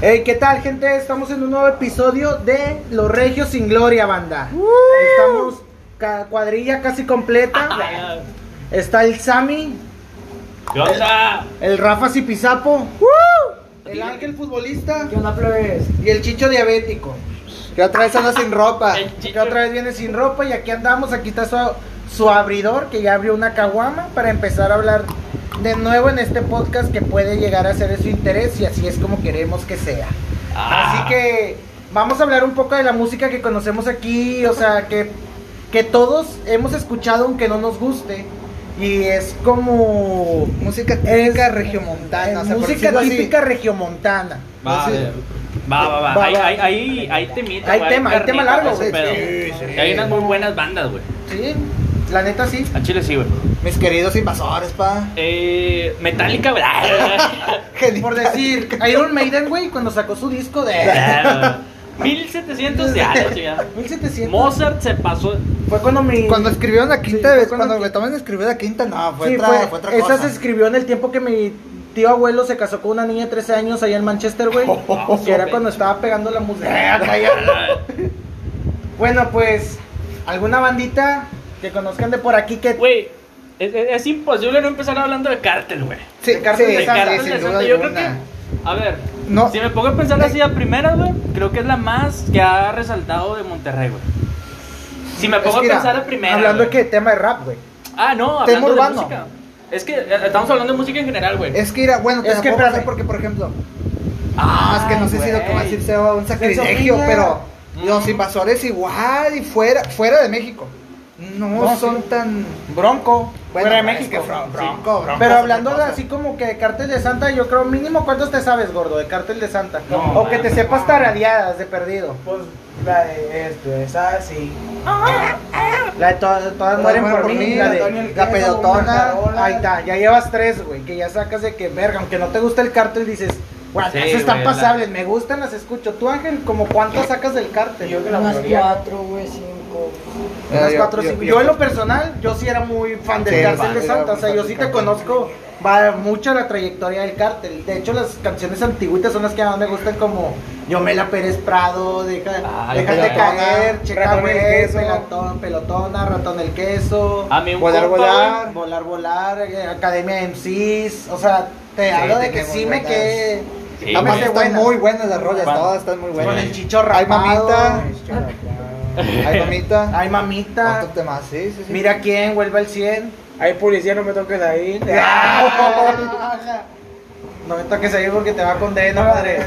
Hey, ¿qué tal, gente? Estamos en un nuevo episodio de Los Regios sin Gloria, banda. Estamos ca- cuadrilla casi Ah, completa. Está el Sami, ¿Qué onda? el Rafa Cipizapo, el Ángel futbolista ¿Qué onda, plebes? y el Chicho diabético. Que otra vez anda sin ropa. El Chicho. Que otra vez viene sin ropa y aquí andamos. Aquí está su, su abridor que ya abrió una caguama para empezar a hablar de nuevo en este podcast que puede llegar a ser de su interés y así es como queremos que sea. Ah, Así que vamos a hablar un poco de la música que conocemos aquí, o sea, que, que todos hemos escuchado aunque no nos guste. Y es como... Música típica es- regiomontana. o sea, por música decirlo así. típica regiomontana. Va, Sí. va, va, va. Va, Hay, va. hay, hay, hay temita, Hay güey, tema, hay tema carnita, largo, ese güey. pedo. Sí, sí. Que Hay unas muy buenas bandas, güey. Sí, la neta sí. A Chile sí, güey. Mis queridos invasores, pa. Eh, Metallica, güey. Por decir, Iron Maiden, güey, cuando sacó su disco de... Claro. 1700 de años, ya. 1700. Mozart se pasó. Fue cuando mi... Cuando escribieron la quinta, Sí, vez, fue cuando, cuando- me toman de escribir la quinta, no, fue, Sí, otra, fue- fue otra esa cosa. se escribió en el tiempo que mi tío abuelo se casó con una niña de 13 años allá en Manchester, güey. oh, que era oh, cuando estaba pegando la música. Ah, bueno, pues, ¿alguna bandita que conozcan de por aquí que... Güey, es, es- es imposible no empezar hablando de cártel, güey. Sí, de Cartel sí, de De sí, Santa, cártel sin de duda Santa, yo creo alguna. que. A ver, No. si me pongo a pensar así a primera, güey, creo que es la más que ha resaltado de Monterrey, güey. Si me Es pongo que a mira, pensar a primera. Hablando de güey. qué tema de rap, güey. Ah, no, hablando de urbano. música. Es que eh, estamos hablando de música en general, güey. Es que, mira, bueno, te Es la que, puedo pasar espérate. porque, por ejemplo, ah, es que no sé si lo que va a decir sea un sacrilegio, Sofía. pero Mm. los invasores igual y fuera, fuera de México. No, No, son tan... Bronco. Bueno, fuera de es México. que Bron- Bronco, Bronco. Pero hablando de otra cosa. así como que de Cártel de Santa, yo creo mínimo cuántos te sabes, gordo, de Cártel de Santa. No, o que te man. sepas taradeadas de perdido. Pues la de esto, esa sí. La de to- todas, mueren por, mí, la de Antonio el la Queso, pelotona. Macarola. Ahí está, ya llevas tres, güey, que ya sacas de que verga, aunque no te gusta el cártel, dices, bueno, Sí, esas están güey, la- pasables, me gustan, las escucho. Tú, Ángel, como cuántas sacas del cártel? Yo que la Unas mayoría. cuatro, güey, cinco. Unas Yo- cuatro, yo- cinco. yo- Yo en lo personal, yo sí era muy fan del Sí, cártel va, de era Santa, o muy sea, fan yo del sí te Cártel. conozco, va mucho la trayectoria del cártel. De hecho, las canciones antiguitas son las que más me gustan, como Yomela Pérez Prado, Deja- Ah, Déjate Pelotona, Caer, Checa Ratón el Güey, Queso. Pelotón- Pelotona, Ratón el Queso. A mí un Volar, compa, volar. güey, Volar, volar, eh, Academia de MCs, o sea, te Sí, hablo de que tenemos sí me buenas. quedé Sí, Vamos Además, güey. a- están buenas. muy buenas las rolas, Va. todas están muy buenas. con el chicho Ay, rapado. mamita. Ay, Ay, mamita. mamita. Otro tema, sí, sí, sí. Mira quién, vuelve al 100. Hay policía, no me toques ahí. No me toques ahí porque te va a condenar, madre.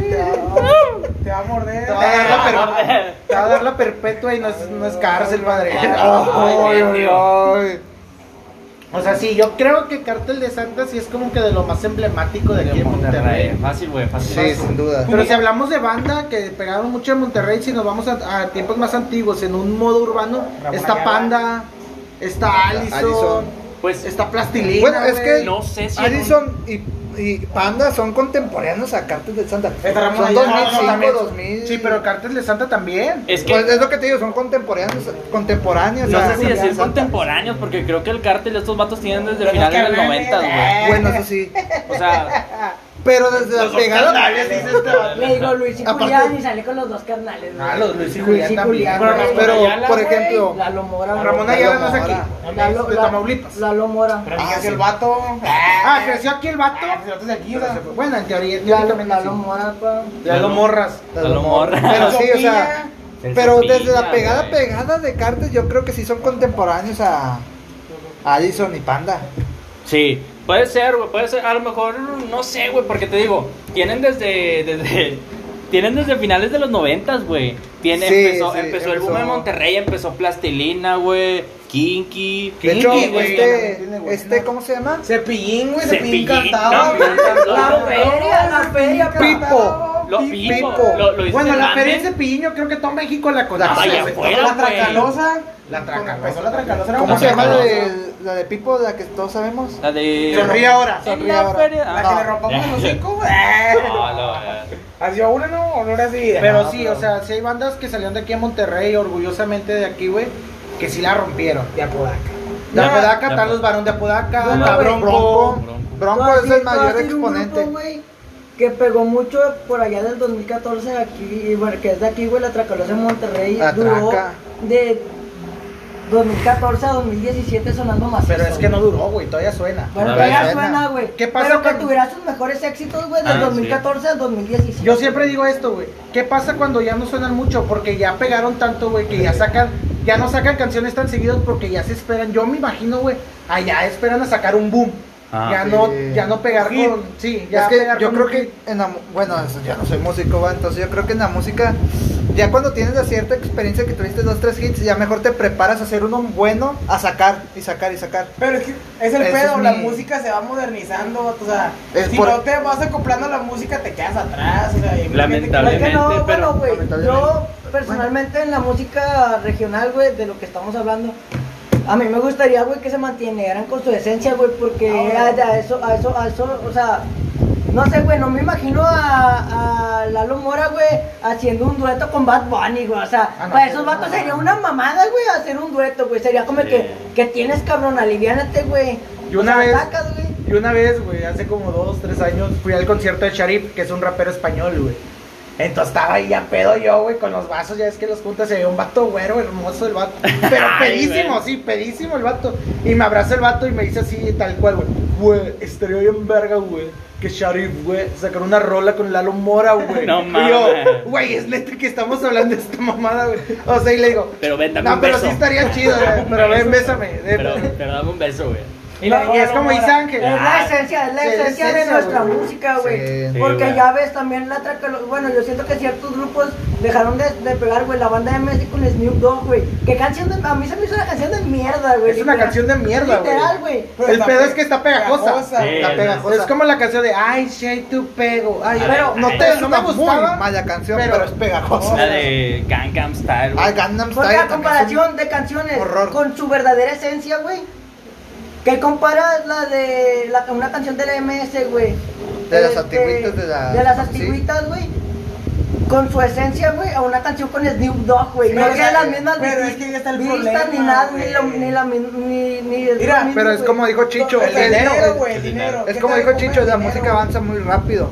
Te va- Te va a morder. Te va a dar la, per- te va a dar la perpetua y no es, no es cárcel, madre. Ay, Ay, ay, tío. ay. O sea, sí, yo creo que Cártel de Santa sí es como que de lo más emblemático de aquí De en Monterrey. Monterrey. Fácil, güey, fácil. Sí, sin duda. Pero si hablamos de banda que pegaron mucho en Monterrey, si nos vamos a, a tiempos más antiguos, en un modo urbano, Ramón está Ayala. Panda, está Allison, Allison. Pues está Plastilina. Bueno, es güey. que no sé si. Addison y, y Panda son contemporáneos a Cartel de Santa. Está Ramón son Ayala, no, 2005, también. 2000. Sí, pero Cártel de Santa también. Es que. Pues es lo que te digo, son contemporáneos, contemporáneos. No sé a si Cartel de decir Santa. contemporáneos, porque creo que el cártel de estos vatos tienen desde Los finales de los carnales. 90, güey. Bueno, eso sí. O sea, Pero desde la pegada. Le digo Luis y Aparte- Julián y sale con los dos carnales. güey. Ah, los Luis y Julián también, güey. güey. Pero, Ayala, por Güey, ejemplo, Lalo Mora. güey. Ramón Ayala no es aquí. Lalo- Es de la- Tamaulipas. Lalo Mora. Ah, sí. vato. Ah, creció aquí el vato. aquí, Pero se fue. Bueno, en teoría, Lalo, teóricamente Lalo sí. Mora, pa. Ya lo morras. a lo morra. Pero sí, o sea. Sensopilla, Pero desde la pegada, güey. pegada de Cartel, yo creo que sí son contemporáneos a a Addison y Panda. Sí, puede ser, güey, puede ser. A lo mejor, no sé, güey, porque te digo, tienen desde. desde tienen desde finales de los noventas, güey. Tiene, Sí, empezó, sí, empezó el boom empezó. en Monterrey, empezó Plastilina, güey, Kinky. De Sí, hecho, güey, este, no tiene buena. este, ¿cómo se llama? Cepillín, güey, Cepillín, cepillín cantado. no, no, no, no. feria, la feria, pa. Pipo. Lo- Pipo, lo- lo hizo Bueno, la Hernández. feria de Cepillín yo creo que todo México la conoce. Vaya güey. fuera, la güey. tracalosa. La tracalosa. la tracalosa. era ¿Cómo una se llama la tracalosa. de, la de Pipo, la que todos sabemos? La de. Sonríe ahora. En Sonríe la ahora. feria- La que le Ah, rompamos los cinco, güey. No, no, no. Así a una, ¿no? O no era así. Pero sí, o sea, sí hay bandas que salieron de aquí a Monterrey, orgullosamente de aquí, güey, que sí la rompieron. De Apodaca. De Ya. Apodaca, Ya. están los varón de Apodaca, Bueno, está güey. Bronco. Bronco. Bronco Tú has- es el tú mayor has sido un exponente. grupo, güey, que pegó mucho por allá del 2014 aquí, y bueno, que es de aquí, güey, la Tracalosa en Monterrey Atraca. duró de 2014 a 2017 sonando más. Pero es que no duró, güey, todavía suena. Bueno, A todavía ver. suena, güey. ¿Qué pasa Pero que con- tuviera sus mejores éxitos, güey, del Ah, sí. 2014 al 2017. Yo siempre digo esto, güey. ¿Qué pasa cuando ya no suenan mucho? Porque ya pegaron tanto, güey, que ya sacan, ya no sacan canciones tan seguidas porque ya se esperan. Yo me imagino, güey, allá esperan a sacar un boom. Ah, ya sí. no, ya no pegar Hit. con. Sí, ya es que pegar yo con creo un que hit. en la mu- bueno eso, yo no soy músico va entonces yo creo que en la música ya cuando tienes la cierta experiencia que tuviste dos tres hits ya mejor te preparas a hacer uno bueno a sacar y sacar y sacar Pero es que es el Ese pedo, es la mi- música se va modernizando, o sea, Es si por- no te vas acoplando a la música te quedas atrás, o sea, y- Es Lamentable. que no, Obviamente, pero- bueno, pues, güey. Yo Lamentablemente. personalmente en la música regional, güey, de lo que estamos hablando, a mí me gustaría, güey, que se mantuvieran con su esencia, güey, porque Ah, a, a eso, a eso, a eso, o sea, no sé, güey, no me imagino a, a Lalo Mora, güey, haciendo un dueto con Bad Bunny, güey, o sea, Ah, no, para esos no, vatos no, sería no. una mamada, güey, hacer un dueto, güey, sería como Sí. que, que tienes, cabrón, aliviánate, güey. Y una O sea, vez- sacas, güey. Y una vez, güey, hace como dos, tres años, fui al concierto de Sharif, que es un rapero español, güey. Entonces estaba ahí ya pedo yo, güey, con los vasos, ya es que los juntas se ve un vato güero, hermoso el vato. Pero Ay, pedísimo, güey. sí, pedísimo el vato. Y me abraza el vato y me dice así, tal cual, güey. Güey, estaría bien verga, güey, que Sharif, güey, sacar una rola con Lalo Mora, güey. No Y yo, mames. güey, es neta que estamos hablando de esta mamada, güey. O sea, y le digo, Pero ven, dame no, un pero beso. sí estaría chido, güey, pero ven, bésame. de- Pero, pero dame un beso, güey. Y, la- y es como dice Ángel. Es Ah, la esencia, es la sí, es esencia de esencia, nuestra güey. música, güey. Sí. Sí, Porque güey. ya ves también la traca. Bueno, yo siento que ciertos grupos dejaron de, de pegar, güey. La banda de México con Snoop Dogg, güey. Que canción de. A mí se me hizo una canción de mierda, güey. Es una literal. canción de mierda, güey. Literal, güey. Pero el está pedo pe- es que está pegajosa. pegajosa. Sí, Está es- pegajosa. Ah, Es como la canción de Ay, Shay, tu pego. Ay, Pero- no, te, no me gustaba. muy mala canción pero, es pegajosa La de Gangnam Style, güey. Ay, Gangnam Porque Style también la es un- comparación de canciones horror. con su verdadera esencia, güey. Que comparas la de la- una canción del MS, güey. De las Este, antigüitas, de las- de las sí. antigüitas, güey. Con su esencia, güey, a una canción con Snoop Dogg, güey. Sí, No pero tiene es- las mismas pero vistas, es que ahí está el ni problema, nada, ni, güey. lo- ni la mi- ni, ni es Mira, lo mismo, pero es güey. como dijo Chicho, El dinero, güey, el el dinero. dinero. es ¿Qué como tal dijo comer Chicho la dinero? música avanza muy rápido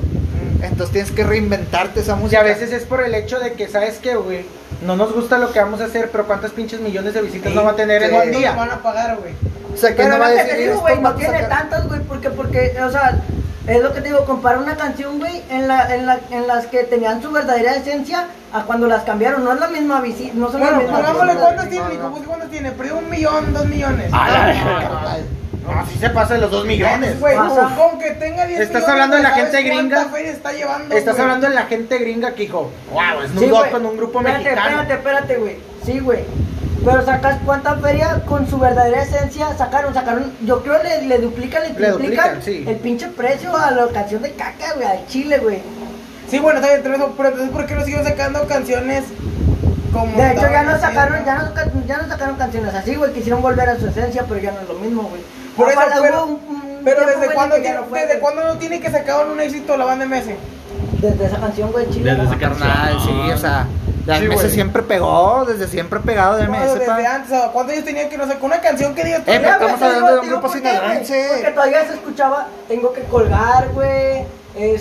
entonces tienes que reinventarte esa Y música a veces es por el hecho de que, ¿sabes qué, güey? No nos gusta lo que vamos a hacer, pero ¿cuántos pinches millones de visitas Sí, no va a tener en sí. un ¿Cuánto día? van a pagar, güey? o sea que Pero no va a es que decir te digo, "Estos güey, no vatos tiene sacaron". tantas, güey, porque, porque, o sea, es lo que te digo, compara una canción, güey, en, la, en, la, en las que tenían su verdadera esencia a cuando las cambiaron, no es la misma visita, no son Bueno, las mismas pongámosle visitas. cuántos no, tiene, no. Nico, cuántos tiene, pero un millón, dos millones. Ah, la- No, si se pasan los dos millones. Güey, Pasa. con que tenga 10 Estás millones, hablando de la ¿sabes gente cuánta gringa? feria está llevando, Estás güey? hablando de la gente gringa que dijo, wow, es Sí, un güey. con un grupo espérate, mexicano. Espérate, espérate, güey. Sí, güey. Pero sacas cuánta feria con su verdadera esencia sacaron, sacaron, yo creo le, le duplican, le triplican duplican, sí. el pinche precio a la canción de caca, güey, al chile, güey. Sí, bueno, está bien, pero eso- pero entonces, ¿por qué no siguen sacando canciones como. De hecho, ya estaban no sacaron, haciendo? ya no, ca- ya no sacaron canciones así, güey. Quisieron volver a su esencia, pero ya no es lo mismo, güey. Por eso, Aparte, pero- hubo un- un Pero tiempo, desde güey, cuándo, que ya tiene- no fue, desde güey. cuándo no tiene que sacar un éxito la banda MS. Desde esa canción, güey, chile. Desde güey. esa canción. Carnal, sí, o sea, la Sí, MS güey. siempre pegó, desde siempre pegado de Bueno, MS. desde pa. antes, o sea, ¿cuántos ellos tenían que no sacar una canción que digas tú? Eh, Ya, pero güey, estamos te digo- hablando de un te digo grupo por qué, güey. sinaloense. Porque todavía se escuchaba, tengo que colgar, güey.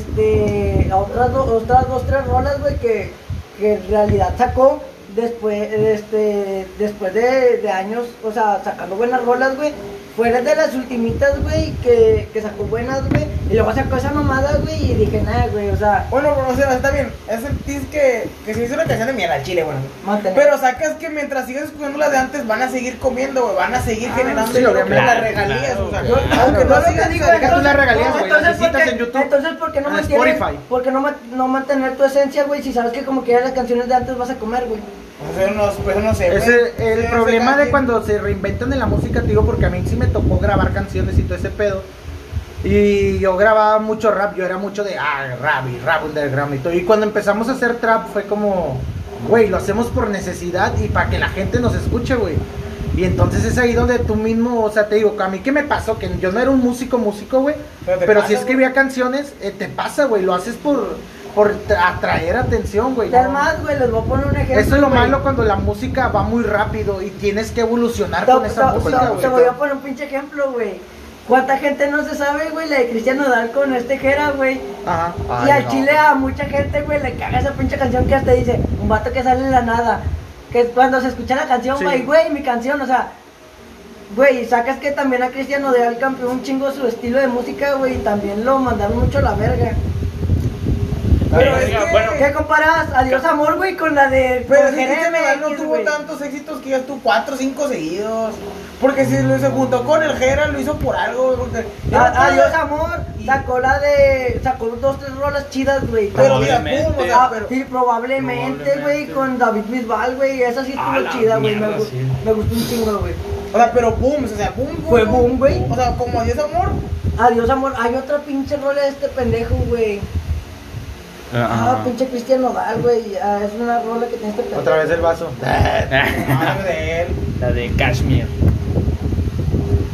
Este, otras, do- otras dos, tres rolas, güey, que, que en realidad sacó después, este, después de, de años, o sea, sacando buenas rolas, güey. Fuera de las ultimitas, güey, que, que sacó buenas, güey. Y luego sacó esa mamada, güey, y dije, nada, güey, o sea, Bueno, bueno, o sea, está bien. Es el tis que, que se hizo una canción de mierda al chile, bueno. mantener. Pero sacas que mientras sigas escuchando las de antes, van a seguir comiendo, güey. Van a seguir generando sí, dinero por obviamente. las regalías, Claro, o sea. claro. Aunque no Pero lo te digas, digo, deja tú entonces- las regalías, güey, entonces, las visitas ¿por qué- en YouTube, Entonces, ¿por qué no en mantienes- Spotify? por qué no, ma- no mantener tu esencia, güey? Si sabes que como quieras las canciones de antes vas a comer, güey. O sea, no, pues no sé. Es güey. el, el Sí, problema cada de quien- cuando se reinventan en la música, te digo, porque a mí sí me tocó grabar canciones y todo ese pedo. Y yo grababa mucho rap, yo era mucho de, ah, rap y rap underground y todo. Y cuando empezamos a hacer trap fue como, güey, lo hacemos por necesidad y para que la gente nos escuche, güey. Y entonces es ahí donde tú mismo, o sea, te digo, a mí qué me pasó, que yo no era un músico, músico, güey, Pero pero, te si pasa, escribía canciones, eh, te pasa, güey, lo haces por, por tra- atraer atención, güey. Es ¿no? más, güey, les voy a poner un ejemplo. Eso es lo güey. malo cuando la música va muy rápido y tienes que evolucionar Te- con te- esa te- música, te voy güey. a poner un pinche ejemplo, güey. ¿Cuánta gente no se sabe, güey, la de Cristian Nodal con este Jera, güey? Ajá. y Ay, al no. chile a mucha gente, güey, le caga esa pinche canción que hasta dice, un vato que sale de la nada. Que cuando se escucha la canción, Sí. güey, güey, mi canción, o sea, güey, y sacas que también a Cristian Nodal campeón un chingo su estilo de música, güey, y también lo mandaron mucho a la verga. Pero Venga, es que- bueno. ¿Qué comparas Adiós Amor, güey, con la de Pero con es que Jeremy, Cristian Nodal no X, tuvo güey? tantos éxitos que ya estuvo cuatro o cinco seguidos. Porque si lo se juntó con el Jera, lo hizo por algo. Porque A- Adiós Amor, sacó la de, sacó dos, tres rolas chidas, güey. Pero mira, Probablemente. pum, o sea, Ah, pero. sí, probablemente, güey, Probablemente. con David Bisbal, güey, esa sí Ah, la estuvo chida, güey, me, mierda, gu- sí. me gustó un chingo, güey. O sea, pero boom, o sea, boom, boom. Fue boom, güey. O sea, como adiós amor. Adiós, amor, hay otra pinche rola de este pendejo, güey. Ah, pinche Cristian Nodal, güey, ah, es una rola que tiene este pendejo. Otra vez el vaso. Madre de él. La Ah, de Kashmir.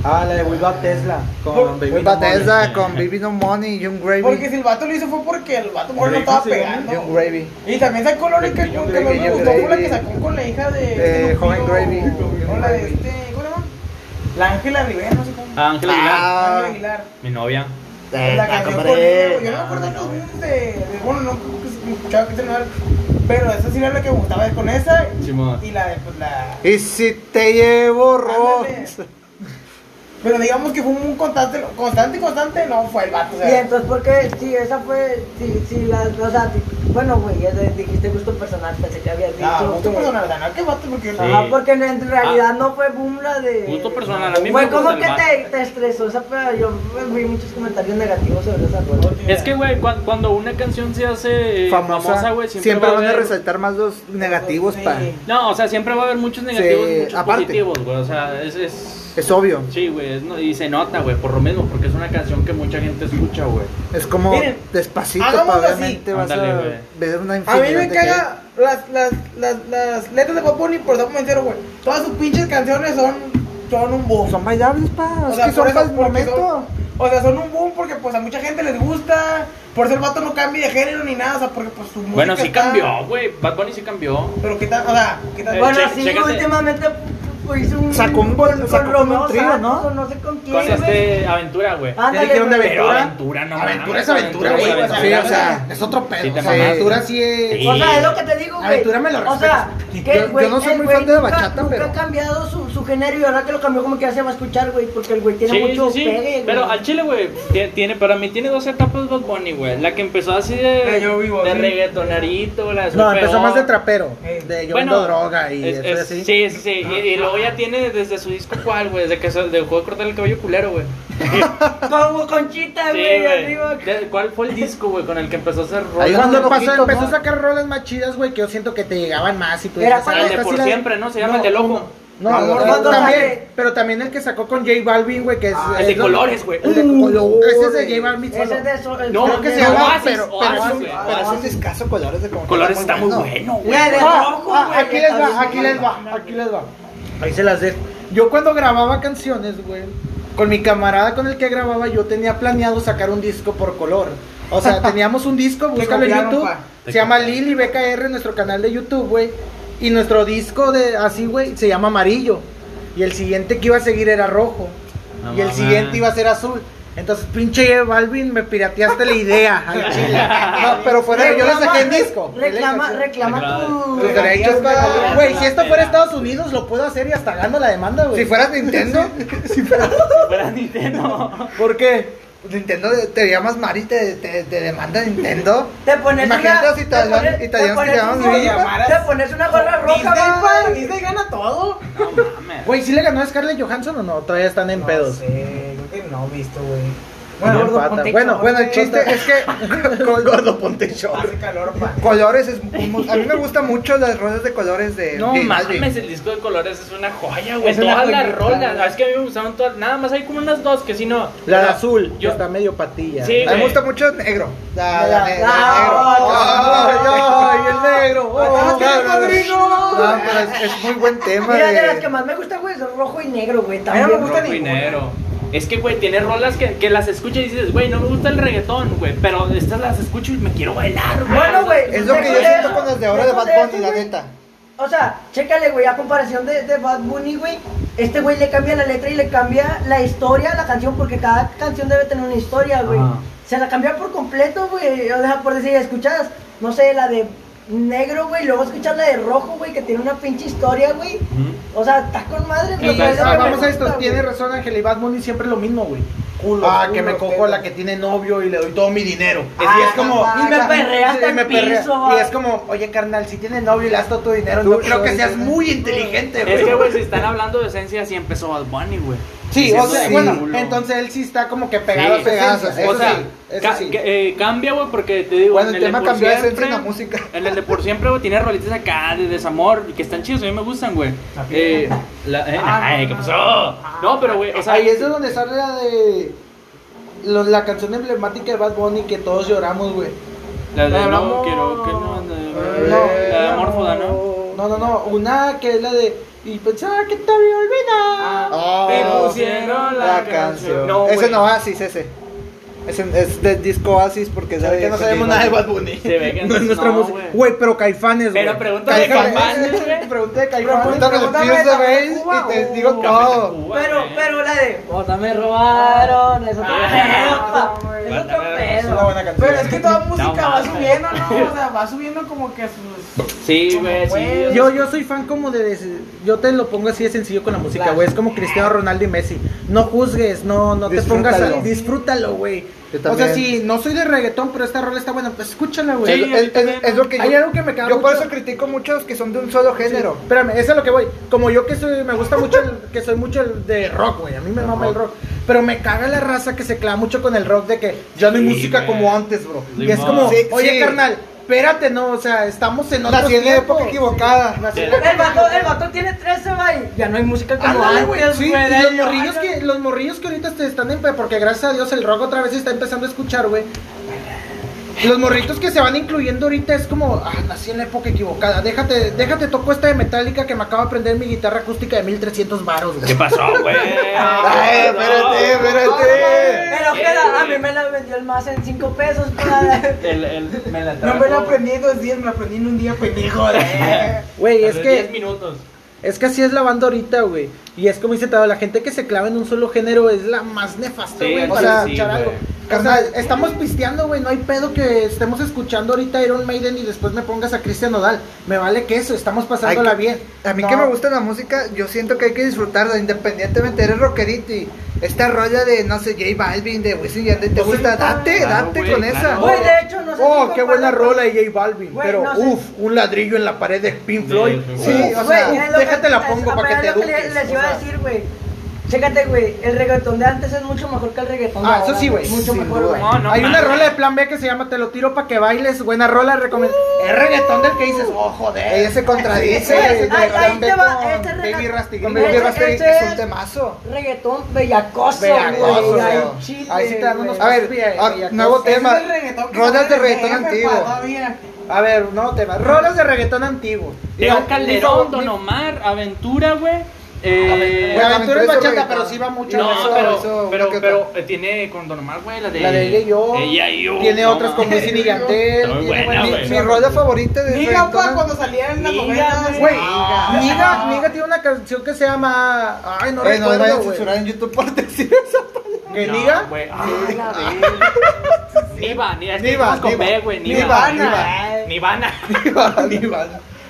Ah, la de We Got Tesla. Con Baby Muy No More. Batesa con Baby No Money, Young Porque Gravy. si el vato lo hizo fue porque el vato mejor no Rey, estaba ¿cómo se llama? Young pegando. Gravy. Y también sacó la única que, que, Gravy, me Young gustó fue la Gravy. que sacó con la hija de. Eh, este joven Lupillo, Gravy. No, la de este. ¿Cómo se llama? La Ángela Rivera, no sé cómo. Ángela Aguilar, Ah. Ángela Aguilar. mi novia. La Eh, canción con hombre. Yo no me acuerdo tantos memes de, de- Bueno, no creo que se escuchaba que se llamaba, Pero esa sí era la que me gustaba con esa. Simón. Y la de, pues la. Y si te llevo rosa. Ándale. Pero digamos que fue un constante, constante, constante, no fue el vato. O Y sea, entonces, ¿por qué? Sí, esa fue, sí, sí, la, o sea, sí, bueno, güey, ya de- dijiste gusto personal, pensé que habías dicho. no, Ah, gusto que- personal, o sea, no, que vato, porque. Sí. Ajá, porque en, en realidad no fue boom la de... Gusto personal, a mí me Güey, gusta ¿cómo el que vato. te, te estresó esa peda? Yo güey, vi muchos comentarios negativos sobre esa rola. Es que, güey, cuan- cuando una canción se hace eh, famosa, Famosa. güey, siempre, Siempre va a van a haber- resaltar más los negativos, Sí. pa. No, o sea, siempre va a haber muchos negativos y muchos aparte. positivos, güey. O sea, es. es... Es obvio. Sí, güey, es no- y se nota, güey, por lo mismo, porque es una canción que mucha gente escucha, güey. Es como Miren, despacito, hagámoslo pa, así. obviamente vas Ándale, a güey. ver una A infinidad mí me de caga las, las, las, las letras de Bob Bunny, por ser sincero, güey. Todas sus pinches canciones son, son un que boom. Son bailables, pa. O Es sea, que son por para eso, el porque momento. son, o sea, son un boom porque pues a mucha gente les gusta. Por eso el vato no cambia de género ni nada, o sea, porque pues su música Bueno, sí está- cambió, güey. Bad Bunny sí cambió. Pero qué tal, o sea, qué tal. Eh, Bueno, che- sí, chécate. últimamente pues, hizo un... Sacó un bol- con, sacó con un Romeo trío, Santos, ¿no? o no sé con quién, Con güey. este aventura, güey. Ándale, dijeron de güey. Pero Ah, Aventura. aventura, no Aventura mames, es Ah, aventura, aventura, güey. güey, Sí, o sea, aventura. es otro Sí, eh, pedo. te o sea, mamaste. aventura sí es. Sí. O sea, es lo que te digo, güey. Aventura me lo O sea, respetas. que, Yo- yo güey, no soy el muy güey fan de la nunca- bachata, nunca pero- ha cambiado su, su género y ahora que lo cambió como que ya se va a escuchar, güey, porque el güey tiene Sí, mucho sí, sí. pegue, Pero güey. al chile, güey, tie- tiene, para mí tiene dos etapas Bad Bunny, güey. La que empezó así La de, Ah, Yo Vivo, de sí. reggaetonerito, la de No, Super empezó más de Bowl. trapero. Eh. De yo Bueno, vendo droga y es- eso es- así. Sí, sí, sí. Y, y luego ya tiene desde su disco, ¿cuál, güey? Desde que se dejó de cortar el cabello culero, güey. Como Sí, Conchita, güey, güey. arriba. De- ¿Cuál fue el disco, güey, con el que empezó a hacer rock? Hay un Cuando pasó- relojito, empezó ¿no? a sacar rolas más chidas, güey, que yo siento que te llegaban más y tú Era dices, cuando- "Ah, El de esta sí por la-". siempre, ¿no? Se llama el del ojo. No, No, no, cuando también, sale- pero también el que sacó con J Balvin, güey, que es... Ah, el de es lo- colores, güey. El de Uh, colores. Ese es de J Balvin uh, Ese solo. es de eso. el- No, Creo que se el- llama, Oasis, pero, pero, Oasis, es un- güey. Pero es un discazo, colores de como. Ah, Colores está muy bueno, güey. La de Ah, rojo, ah, güey, aquí les va, está aquí bien. les va, aquí les va. Ahí se las dejo. Yo cuando grababa canciones, güey, con mi camarada con el que grababa, yo tenía planeado sacar un disco por color. O sea, teníamos un disco, búscalo en copiaron, YouTube. pa. Te Se llama copiaron. Lili BKR, nuestro canal de YouTube, güey. Y nuestro disco de así, güey, se llama Amarillo. Y el siguiente que iba a seguir era rojo. No y el mames. siguiente iba a ser azul. Entonces, pinche Balvin, me pirateaste la idea al chile. No, pero fuera de- yo le saqué el disco. Reclama, reclama Reclama. tu... Tus derechos, pa. Güey, si esto fuera Estados Unidos, lo puedo hacer y hasta gano la demanda, güey. Si fueras Nintendo, Si fuera Nintendo. ¿Por qué? Nintendo te llamas Mari y te, te, te demanda Nintendo. Te pones Imagínate una... los italianos- te pones- italianos te que pones llaman una- Disney, pa. Te pones una gorra roja, Disney, va, pa, güey. Disney gana todo. No mames. Güey, ¿sí le ganó a Scarlett Johansson o no? Todavía están en pedos. sé, creo que no he visto, güey. Bueno, gordo, empatan. ponte bueno, chorro, bueno, el güey. chiste es que con gordo ponte Hace calor, pa. Colores es. mu- A mí me gustan mucho las rolas de colores de. No de Balvin. mames, el disco de colores es una joya, güey. Es una Todas las joyita. rolas. ah, Es que a mí me gustaron todas. Nada más hay como unas dos que si no. La de azul, que Yo- está medio patilla. Sí, A mí güey. me gusta mucho el negro. La, la, ne- la Ah, negro. ah, Ay, ay, el negro. Ah, tiene claro. padrino. No, pero es, es muy buen tema. Mira, de de- las que más me gusta, güey, son rojo y negro, güey. A mí no También, me gusta Rojo y ninguna. negro. Es que, güey, tiene rolas que, que las escuchas y dices, güey, no me gusta el reggaetón, güey, pero estas las escucho y me quiero bailar, güey. Bueno, güey. Es lo que yo siento con las de ahora de Bad Bunny, la neta. O sea, chécale, güey, a comparación de, de Bad Bunny, güey, este güey le cambia la letra y le cambia la historia a la canción, porque cada canción debe tener una historia, güey. Ajá. Se la cambia por completo, güey. O sea, por decir, escuchas, no sé, la de negro, güey, luego escuchas la de rojo, güey, que tiene una pinche historia, güey. O sea, estás con madre, Y "Ah, güey. Entonces, es lo que me vamos a gusta, esto, güey. tiene razón Ángel y Bad Bunny siempre lo mismo, güey. Culo, ah, culo, que me cojo a la que tiene novio y le doy todo mi dinero. Ah, y es como. y me perrea hasta y me el piso, perrea. va. Y es como, oye, carnal, si tienes novio y le das todo tu dinero, Tú no creo que soy- seas muy inteligente, Es que, güey, si están hablando de esencia, así empezó Bad Bunny, güey. Sí, o Diciendo sea, de bueno, culo. entonces él sí está como que pegado Sí. a su esencia, Pegadas, eso o sea, sí, eso ca- sí. que, eh, cambia, güey, porque te digo. Bueno, en el de tema por cambió de esencia siempre- en la música. En el de por siempre, güey, tiene rolitas acá de desamor y que están chidos, a mí me gustan, güey. Eh, la- eh, ay, ¿qué pasó? No, pero, güey, o sea. Ahí es de donde sale la de. lo- la canción emblemática de Bad Bunny que todos lloramos, güey. La de no Hablamos- quiero que no ande- Eh, La de Morfoda, ¿no? No, no, no, una que es la de. Y pensaba que te había olvidado. Ah, Te pusieron la canción. No, ese güey. no Oasis, ese. Es, en- es del disco Oasis porque Se sabe ve que no sabemos nada de Bad Bunny. Se ve que no es no, nuestra no, música. güey. Güey, pero Caifanes, güey. Pero pregúntale de Caifanes, güey. Pregunta de Caifanes. Pregúntame de pregúntame Tears of de Ace Cuba, y te o- digo todo. Café Tacuba, Pero, güey. pero la de Bota me robaron, es otro Ah, pedo, güey. es otro Bota me Es una pedo. buena canción. Pero es que toda música va mames. subiendo, ¿no? O sea, va subiendo como que sus. Sí, güey, Güey. sí. Yo, yo soy fan como de, des- Yo te lo pongo así de sencillo con la música, güey. Es como Cristiano Ronaldo y Messi. No juzgues, no, no te pongas a- Disfrútalo. Disfrútalo, güey. Yo O también. sea, sí, no soy de reggaetón, pero esta rola está buena. Pues escúchala, Es, güey. Sí, es- es- es lo que yo, Hay algo que me caga yo por mucho. eso critico mucho a los que son de un solo género. Espérame, eso es lo que voy. Como yo que soy, me gusta mucho, el- que soy mucho el de rock, güey. A mí me mama el rock. Pero me caga la raza que se clava mucho con el rock de que ya no hay Sí, música güey. como antes, bro. y es Simón. como, Sí, oye, sí. carnal, espérate, no, o sea, estamos en otro Nací en la época equivocada. El vato, el vato tiene 13, güey. Ya no hay música como Ándale, güey, antes, sí, güey. y de los ello. morrillos Ay, que los morrillos que ahorita te están en porque gracias a Dios el rock otra vez se está empezando a escuchar, güey. Los morritos que se van incluyendo ahorita es como, ah, nací en la época equivocada. Déjate, déjate toco esta de Metallica que me acaba de aprender mi guitarra acústica de 1300 baros, ¿Qué güey. pasó, güey? Ay, No. espérate, espérate. Pero Sí, que la, a güey. mí me la vendió el más en 5 pesos para. El, el, me la No me lo trajo aprendí en dos días, me lo aprendí en un día, pendejo. eh. Güey, a es los que 10 minutos. Es que así es la banda ahorita, güey. Y es como dice Tavo, la gente que se clava en un solo género es la más nefasta, Sí, güey. sí, o sea, sí, escuchar güey. algo. Carnal, estamos pisteando, güey. No hay pedo que estemos escuchando ahorita Iron Maiden y después me pongas a Cristian Nodal. Me vale que eso, estamos pasándola Ay, que- bien. A mí No. que me gusta la música, yo siento que hay que disfrutarla, independientemente, eres rockerito y esta rolla de, no sé, J Balvin, de Wisin y Yandel, te Pues gusta, date, claro, date güey, con claro. esa. Güey, de hecho, no sé. Oh, si qué comparto- buena rola de J Balvin. Güey, pero, no sé. uff, un ladrillo en la pared de Pink Sí, Floyd. sí, Sí, güey. o Güey, sea, es lo déjate la es- pongo para apenas que te lo le- eduques. Les iba o a sea. decir, güey. Chécate, güey. El reggaetón de antes es mucho mejor que el reggaetón de Ah, ahora, eso sí, güey, Mucho sin mejor, duda. güey. No, no, Hay una mames. rola de plan B que se llama Te lo tiro para que bailes. Buena rola, recomiendo. es reggaetón del que dices, oh, joder. Ella se contradice. Sí, Ahí- sí, ahí- sí, ahí sí, te va, con este Baby regga- Rastigui. Con Baby Ese- Raspberry ese es es- un temazo. Reggaetón bellacoso, güey. Bellacoso, Ay, güey. chile, Ahí sí te dan unos güey. A ver, Pie- ah, bellacoso. nuevo Ese tema. es el reggaetón que Rolas sale de reggaetón jefe, pa, antiguo. todavía. A ver, no te va. Rolas de reggaetón antiguo. León Digo, Calderón, mi- Don mi- Omar, Aventura, güey. Eh, Güey, Aventura es Aventura es bachata, reggaetón. pero sí va mucho. no, eso, pero, eso, pero, lo que- pero, eh, tiene con Don Omar, güey, la de. La de ella y yo. Ella y yo. Tiene otras con con Wisin y Está muy Yandel. buena, tiene- güey. mi- Mi mi rola rola favorita. favorita de Niga, pa, reggaetón. cuando salía en las Niga, novelas. Güey, Ah. Niga, Niga tiene una canción que se llama. Ay, no Eh, no me vayan recuerdo, a güey. censurar en YouTube por decir eso. ¿Que Niga? Güey, ah, la verga. Niva, ni- es que Niva, estamos con Niva. B, güey. Niva, Niva, Niva. Nivana. Ni van.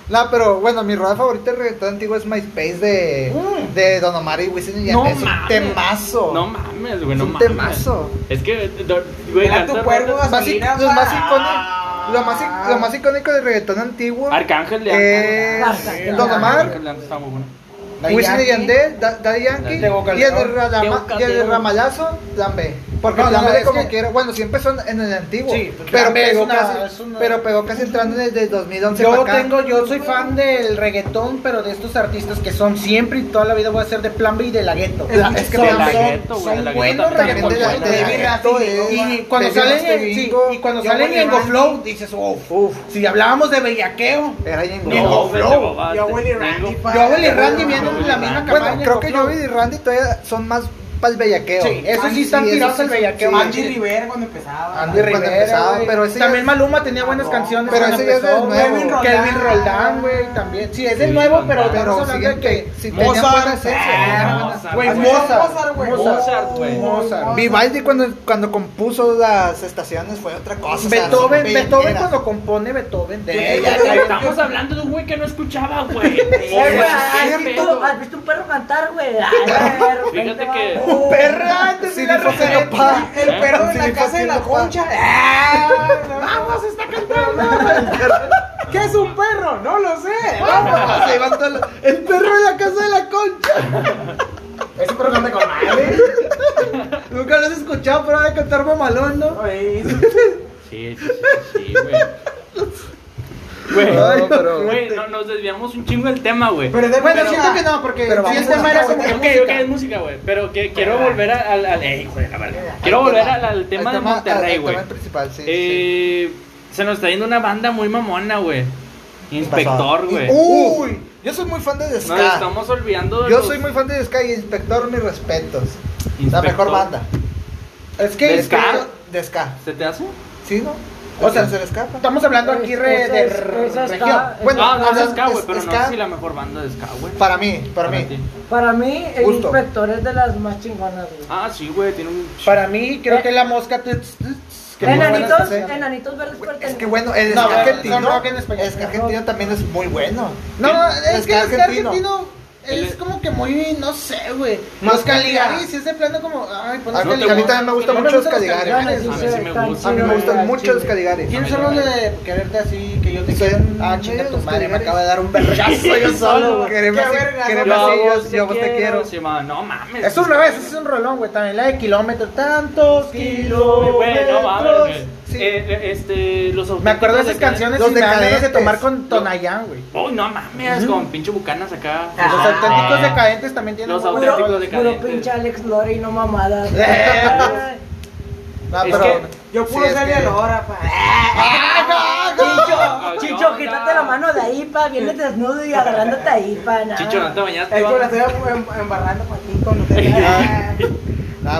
No, pero bueno, mi rola favorita de reggaetón antiguo es MySpace de, de Don Omar y Wisin y Mm. No Yandel. es un mames. temazo. No mames, güey, Es no un mames. temazo. Es que, do- güey, Era tu tantas cuervo, rolas- Más i- Mira, los más pa. icónicos, lo más, i- lo más icónico del reggaetón antiguo Arcángel de Ah, es Eh, Don Omar, Está muy bueno. Wisin y Yandel, Da- Pues Daddy Yankee Tego y el de Calderón. Radama- Tego y el de Calderón. Ramalazo, Plan B. Porque No, Plan no, B es como que- quiera, bueno, siempre son en el antiguo, Sí, pues, pero, Plan B es pegó una- casi, es una- pero pegó casi entrando desde el 2011 para Yo acá. tengo, yo soy fan del reggaetón, pero de estos artistas que son siempre y toda la vida voy a ser de Plan B y de la gueto. La- es que son, de la son- gueto, güey, son de la gueto buenos también, También de la- reggaetoneros. de la Baby gueto, Rastigui. eh. Y cuando Baby salen, Rastigui, en- sí, Bingo, y cuando Yo salen Bonnie en Go Randy. Flow, dices, uff, Uf. si hablábamos de bellaqueo, Era Yengo. Yengo. Yo, Willy Randy, pa. Joel y Randy vienen Joel de y la Randy. misma Bueno, campaña. creo que Joey y Randy todavía son más para el bellaqueo. Sí, eso sí están eso tirados sí, al bellaqueo. sí. Andy Rivera cuando empezaba. Andy cuando Rivera, empezaba, güey. pero ese ya También es- Maluma tenía buenas no, canciones. pero cuando ese ya es empezó, del güey. Kelvin nuevo. Kelvin Roldán, Roldán, güey, también. Sí, es del Kelvin nuevo, Roldán. pero estamos Pero hablando de siguen que... que si Mozart, tenían buena esencia. Ah, eran Mozart, buenas- Güey, Mozart. Mozart, güey. Mozart, güey. Mozart. Vivaldi cuando, cuando compuso las estaciones fue otra cosa. o sea, Beethoven, era- Beethoven cuando compone Beethoven. De Eh, ella, ya- ya Estamos hablando de un güey que no escuchaba, güey. Eh, güey, Qué ¿Has pedo. visto, has visto un perro cantar, güey? Ay, güey, de repente Fíjate va- que- Un perro antes Sí, de la dijo que no, referencia. pa. El perro de Sí, la casa de la papá. concha. Ah, no. Vamos, está cantando. ¿Qué es un perro? No lo sé. Vamos, se iban todos los- El perro de la casa de la concha. Es un programa con madre. Nunca lo has escuchado, pero ha de cantar mamalón, ¿no? Sí, sí, sí, sí, sí, güey. Güey, Ay, pero- güey, no, nos desviamos un chingo del tema, güey. Pero de Bueno, pero- siento que no, porque Pero si vamos este el tema a- era como Ok, que ok, música. es música, güey. Pero que, quiero volver a- al. al- eh, hijo de la madre. Quiero volver al, al tema Al de Monterrey, al güey. tema principal, sí. Eh, se nos está yendo una banda muy mamona, güey. Inspector, Pasado. güey. Uy, yo soy muy fan de Nos Ska. estamos olvidando de Yo los soy muy fan de Ska y Inspector, mis respetos. La Inspector. mejor banda. Es ¿De que ska? De Ska. ¿Se te hace? ¿Sí, no? O O sea, sea, se le escapa. estamos hablando aquí re- de Esa es- esa está- región. Bueno, ah, no, es hablando- ska, güey, es- pero no ska. sé si la mejor banda de ska, güey. Para mí, para, mí. ti. Para mí, el Justo. inspector es de las más chingonas, güey. Ah, sí, güey, tiene un... Para mí, creo que la mosca. tuts, tuts, que Enanito. no- enanitos, buenas- enanitos verdes pertenecen. Es que bueno, el No, ska no, argentino, no, rock en español. el ska argentino también es muy bueno. No, no, es ska que el ska argentino es El- como que muy, no sé, güey. No, Los es que- Caligari, si es de plano como. Ay, pues A los mí- Caligari. Ah, a mí también me gustan No mucho los gustan Caligari. A mí sí me Están gusta. A mí me chidos, gustan al mucho los chile. Caligares. ¿Quiénes son los de quererte así que yo te Soy quiero? un- Ah, chinga ellos, tu madre, me Caligari. acaba de dar un vergazo yo solo, güey. Queremos, Qué verga, queremos a así, vos yo, yo a vos te quiero. Sí, ma, no mames. Es un revés, es un rolón, güey. También la de kilómetros, tantos kilómetros. Güey, no mames, güey. Sí. Eh, este, los Me acuerdo de esas auténticos canciones Los y me dan ganas de decadentes. tomar con Tonayán, güey. Uy, no mames, con pinche bucanas acá. Los Ah. auténticos decadentes también tienen Los muy buenos Puro, auténticos rolas. de- puro decadentes. pinche Alex Lore y no mamadas. Eh. No, Es pero que- Yo Sí, puro es Celia que- Ah, Lora, pa. Chicho, Chicho, Ay, quítate la mano de ahí, pa. Viene desnudo y agarrándote ahí, pa. nada. Chicho, no te bañaste. Es que va. la estoy em- embarrando pa' aquí con ustedes. Ah,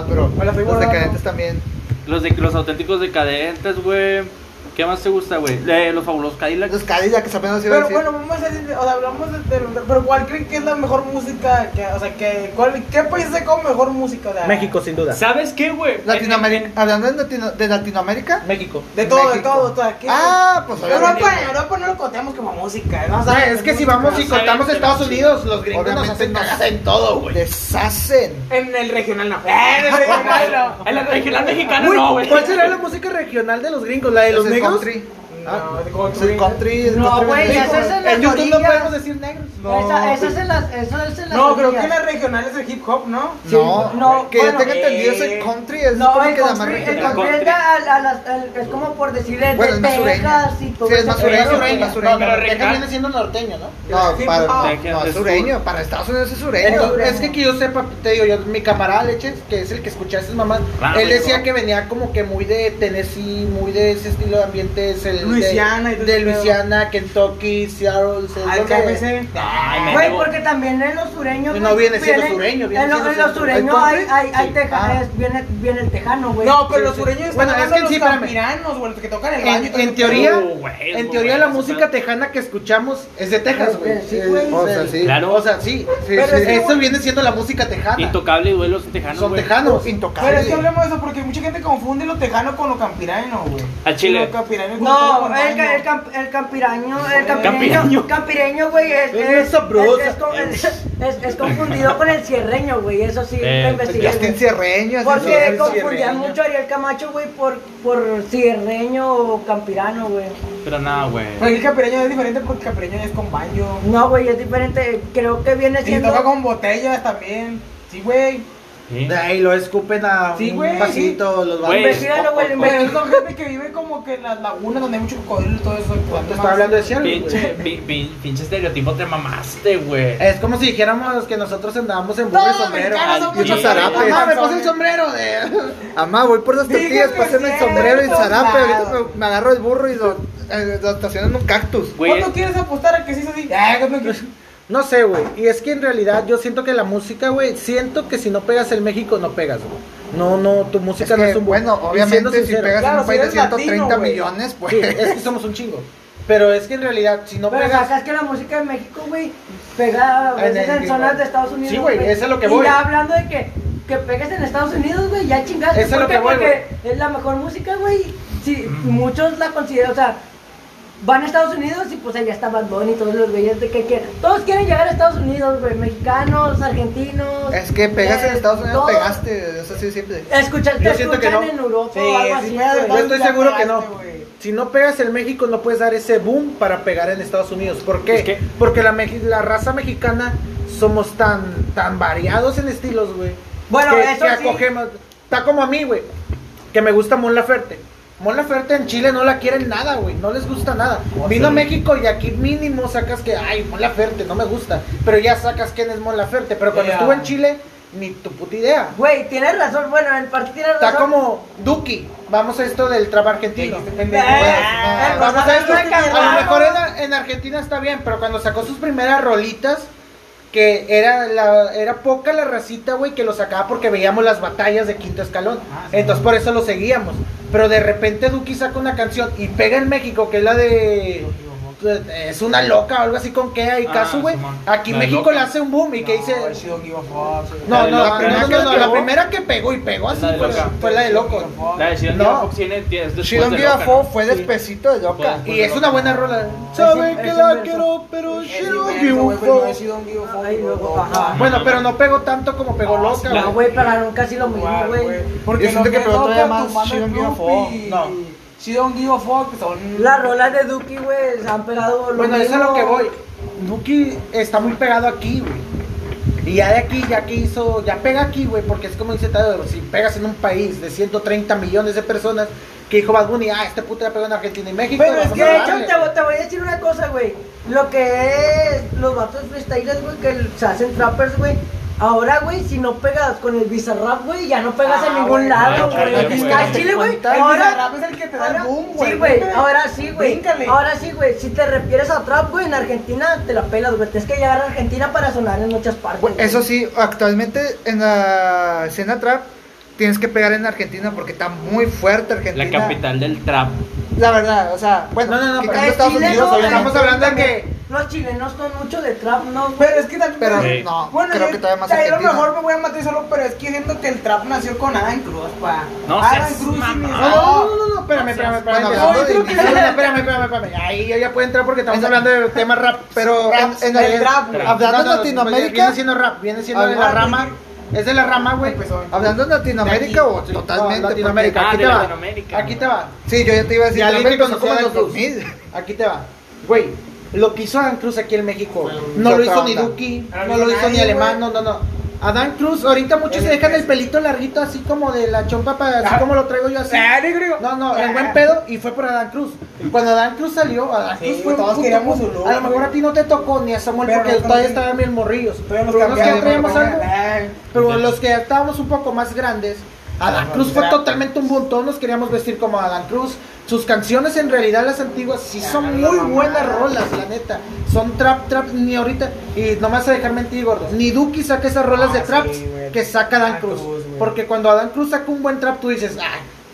No, pero Me la fui los guardando. decadentes también. Los, de, los auténticos decadentes, güey. ¿Qué más te gusta, güey? Eh, los fabulosos Cadillacs. Los Cadillacs que apenas iba a Pero decir. bueno, vamos a decir, o sea, hablamos de, de- pero ¿cuál creen que es la mejor música? Que, o sea, que, ¿cuál, ¿qué país sacó mejor música? O sea, México, sin duda. ¿Sabes qué, güey? Latinoamérica, hablando de, Latino- de Latinoamérica. México. De todo, de México. todo, de todo. Aquí, Ah, pues obviamente. Europa, Europa no lo contamos como música. No, O sea, Ah, es que si vamos y Saben contamos que Estados no, sí. Unidos, los gringos nos Obviamente hacen nos- cagadas en todo, güey. Deshacen. En el regional no. Eh, en el regional no. En la regional mexicana, Uy, no, güey. ¿Cuál será la música regional de los gringos? ¿La de los Es el negros? country. No, de Es el country. es No, country güey, venezolano. esa es el- En YouTube no Orillas. podemos decir negros. Esa, esa es en las, eso es en las No, creo orillas. que la regional es el hip hop, ¿no? No, no, que bueno, yo tenga entendido es eh, el country, es No, como el que la más country, el regional. country regional. es, de- a- a las- el- es como por decir es Bueno, es de sureño. Texas y todo Sí, es ese más pedo. sureño, sureño. más sureño. No, pero Pero Texas regional. viene siendo norteño, ¿no? No, Hip para, hop. no, es sureño, para Estados Unidos es sureño. Entonces, es que que yo sepa, te digo, yo, mi camarada Leches, que es el que escucha a esas mamás, Claro, él decía claro. que venía como que muy de Tennessee, muy de ese estilo de ambiente, es el de- Luisiana de, y todo ese pedo. Luisiana, Kentucky, Seattle, es Al lo que- KFC. Ay, me Güey, debo- porque también en los sureños. No güey, viene siendo vienen- sureño, viene en siendo lo- en los siendo- ¿El sureños hay, country? hay, hay Sí. teja- Ah. es- viene, viene el tejano, güey. No, pero Sí, los sí. sureños están Bueno, es hablando que los sí, espérame. campiranos, güey, los que tocan el En, baño. y en todo ese teoría, pedo. Oh, güey, es en muy teoría bueno, la sí, música claro. tejana que escuchamos es de Texas, güey. Sí, güey. O sea, sí. Claro. O sea, sí. Sí, Pero sí. es que eso viene siendo la música tejana. Intocable, güey, los tejanos, Son güey. tejanos. Intocable. Pero es que hablemos de eso porque mucha gente confunde lo tejano con lo campirano, güey. Al chile. Lo campirano y con todo No, lo el, ca- el, norteño. camp- el campiraño, el Campireño. campireño, campireño, güey, es, Es más sabroso. es- es con- es- es- es confundido con el cierreño, güey, eso sí, Eh, lo Ya investigué. está en güey. cierreño. así Porque es. confundían cierreño. mucho a Ariel Camacho, güey, por, por cierreño o campirano, güey. Pero nada, güey. Pero el campirano es diferente porque el campirano es con baño. No, güey, es diferente, creo que viene Y siendo... toca con botellas también. Sí, güey. Sí. De ahí lo escupen a Sí, un güey, vasito, los Güey. Eh, vatos. Investígalo, güey, Pero es investígalo. son gente que vive como que en las lagunas donde hay mucho cocodrilo y pues, todo eso. Te estoy hablando de Seattle, Pinche, güey. Eh, pi- pi- pinche estereotipo, te mamaste, güey. Es como si dijéramos que nosotros andábamos en burro y Todos los sombrero. Ah, mexicanos somos Pinches así, zarapes. mamá, Mamá, me puse calzones. el sombrero. De... Amá, voy por las tortillas, Dígame pasen el cierto, sombrero y el zarape. claro. Ahorita me, me agarro el burro y lo, eh, lo estaciono en un cactus. Güey, ¿Cuánto quieres apostar a que sí es así? Ah, ¿cuánto quieres? No sé, güey. Y es que en realidad yo siento que la música, güey, siento que si no pegas el México, no pegas, güey. No, no, tu música Es que, no es un bu- bueno, y siendo obviamente si sincero, pegas en claro, un si país de eres latino, 130 güey. millones, pues... Sí, es que somos un chingo. Pero es que en realidad, si no Pero pegas. acá es que la música de México, güey, pega a En veces el en zonas gringo. de Estados Unidos. Sí, güey, eso es lo que voy. Y ya hablando de que, que pegues en Estados Unidos, güey, ya chingaste. Eso es lo ¿Por qué? que voy, Porque es la mejor música, güey. Si muchos la consideran, o sea, van a Estados Unidos y pues allá está Bad Bunny y todos los güeyes de que quieren. Todos quieren llegar a Estados Unidos, güey, mexicanos, argentinos. Es que pegas en eh, Estados Unidos, todos. pegaste, eso sí, siempre. Escuchar, te Yo siento que escuchan no. en Europa Sí, o algo sí, así, pues, me hace güey. Yo estoy Ya seguro que no. pegaste, güey. Si no pegas el México, no puedes dar ese boom para pegar en Estados Unidos. ¿Por qué? Es que- Porque la, mexi- la raza mexicana somos tan, tan variados en estilos, güey. Bueno, que, eso que sí. acogemos. Está como a mí, güey. Que me gusta Mon Laferte. Mon Laferte en Chile no la quieren nada, güey. No les gusta nada. Vino a México y aquí mínimo sacas que, ay, Mon Laferte, no me gusta. Pero ya sacas quién es Mon Laferte. Pero cuando Ya. estuvo en Chile, ni tu puta idea. Güey, tienes razón, bueno, en parte tienes razón. Está como Duki. Vamos a esto del trap argentino. Ah, Dijiste, Eh, pendejo. eh, Vamos pues, a esto. no me A cagaron. lo mejor en, en Argentina está bien, pero cuando sacó sus primeras rolitas, que era la, era poca la racita, güey, que lo sacaba porque veíamos las batallas de Quinto Escalón. Ah, sí. Entonces por eso lo seguíamos. Pero de repente Duki saca una canción y pega en México, que es la de. Es una loca o algo así con Kea y Ah, Casu, güey. Simón. Aquí La México loca. le hace un boom y que dice. No, she don't give a fuck. No, La de no, loca. la primera, que, La primera que no, pegó. la primera que pegó y pegó así La de fue, loca. fue la de loco. La de Shidon No. Gigafox tiene tiene- es She después Don't Pues de Give a Loca, ¿no? Fuck fue despacito de Loca. Fue- Y es una buena rola. es Sabe un que la verso. quiero, pero Ese she don't verso, give a güey, pero no fuck. es she don't give a fuck, Ay, bro. luego, ajá. Bueno, pero no pegó tanto como pegó Ah, loca, la- No, güey. güey, pagaron casi lo mismo, Igual, güey. güey. Porque Yo siento que lo pegó todavía es más Opa, She Don't Give a Tomando Fuck. Club y- No. She Don't Give a Fuck son... Las rolas de Duki, güey, se han pegado lo Bueno, eso es mismo. lo que voy. Duki está muy pegado aquí, güey. Y ya de aquí, ya que hizo, ya pega aquí, güey, porque es como dice Tadeo, si pegas en un país de 130 millones de personas, que dijo Bad Bunny, ah, este puto ya pegó en Argentina y México. Pero es vamos que, a de hecho, darle". te, voy- te voy a decir una cosa, güey. Lo que es los vatos freestylers, güey, que se hacen trappers, güey. Ahora, güey, si no pegas con el Bizarrap, güey, ya no pegas Ah, en ningún güey, lado, no, claro, güey. güey. Está en Chile, güey. El Ahora, Bizarrap es el que te da el ahora, boom, güey. sí, güey, ahora sí, güey. Bríncale. Ahora sí, güey. Si te refieres a trap, güey, en Argentina te la pelas, güey. Tienes que llegar a Argentina para sonar en muchas partes. Bueno, güey. Eso sí, actualmente en la escena trap tienes que pegar en Argentina porque está muy fuerte Argentina. La capital del trap. La verdad, o sea, bueno, No, no, no, quitando pero es Estados Chile, Unidos, no, obviamente, Estamos hablando de que Los chilenos son mucho de trap, ¿no? güey? Pero es que también... pero Sí. no, Bueno, creo yo- que todavía más a lo Argentina. mejor me voy a matar solo, pero es que siento que el trap nació con Adam Cruz, pa. No Adam seas Cruz y mamá. mis- No, no, no, no, no, espérame, espérame, espérame. Bueno, espérame. hablando de No, no, inicio- no, espérame, espérame, espérame. Ahí yo ya puedo entrar porque estamos Esa- hablando de temas rap. Pero Raps, en- en el eh, trap, güey. no, Hablando no, de no, Latinoamérica- Viene siendo rap, viene siendo de Ah, la rama. Es de la rama, güey. Empezó. Hablando en De Latinoamérica aquí, o sí. totalmente. No, Latinoamérica, aquí te porque- Ah, de va. Latinoamérica, Aquí te güey. va. porque- Sí, yo ya te iba a decir, Ya también alguien conoció empezó como a en los Adam Cruz. 2000. Aquí te va. Güey, lo que hizo Adán Cruz aquí en México, no otra lo hizo ni onda. Duki, Ah, no lo hizo ni nadie, Alemán, no, no, no. Adán Cruz, ahorita muchos se dejan el pelito larguito así como de la chompa, para- así Ah. como lo traigo yo así. Ah, negro. No, no, el Ah. buen pedo y fue por Adán Cruz. Cuando Adán Cruz salió, Adán Sí, Cruz fue un todos puto queríamos su boom. logo, A lo mejor a ti no te tocó ni a Samuel Pero porque nosotros todavía sí. estaban bien morrillos. Pero los Pero los que ya cambiaron, traíamos güey. algo, Ay. pero los que ya estábamos un poco más grandes, Adán Ajá, Cruz fue ya. totalmente un boom. Todos nos queríamos vestir como Adán Cruz. Sus canciones en realidad las antiguas sí Ah, son la muy mamá. buenas rolas, la neta. Son trap, trap, ni ahorita. Y no me vas a dejar mentir, gordo. Ni Duki saca esas rolas Ah, de traps sí, güey. que saca Adán Adán Cruz. Ah, Cruz, güey. Porque cuando Adán Cruz saca un buen trap, tú dices, ah,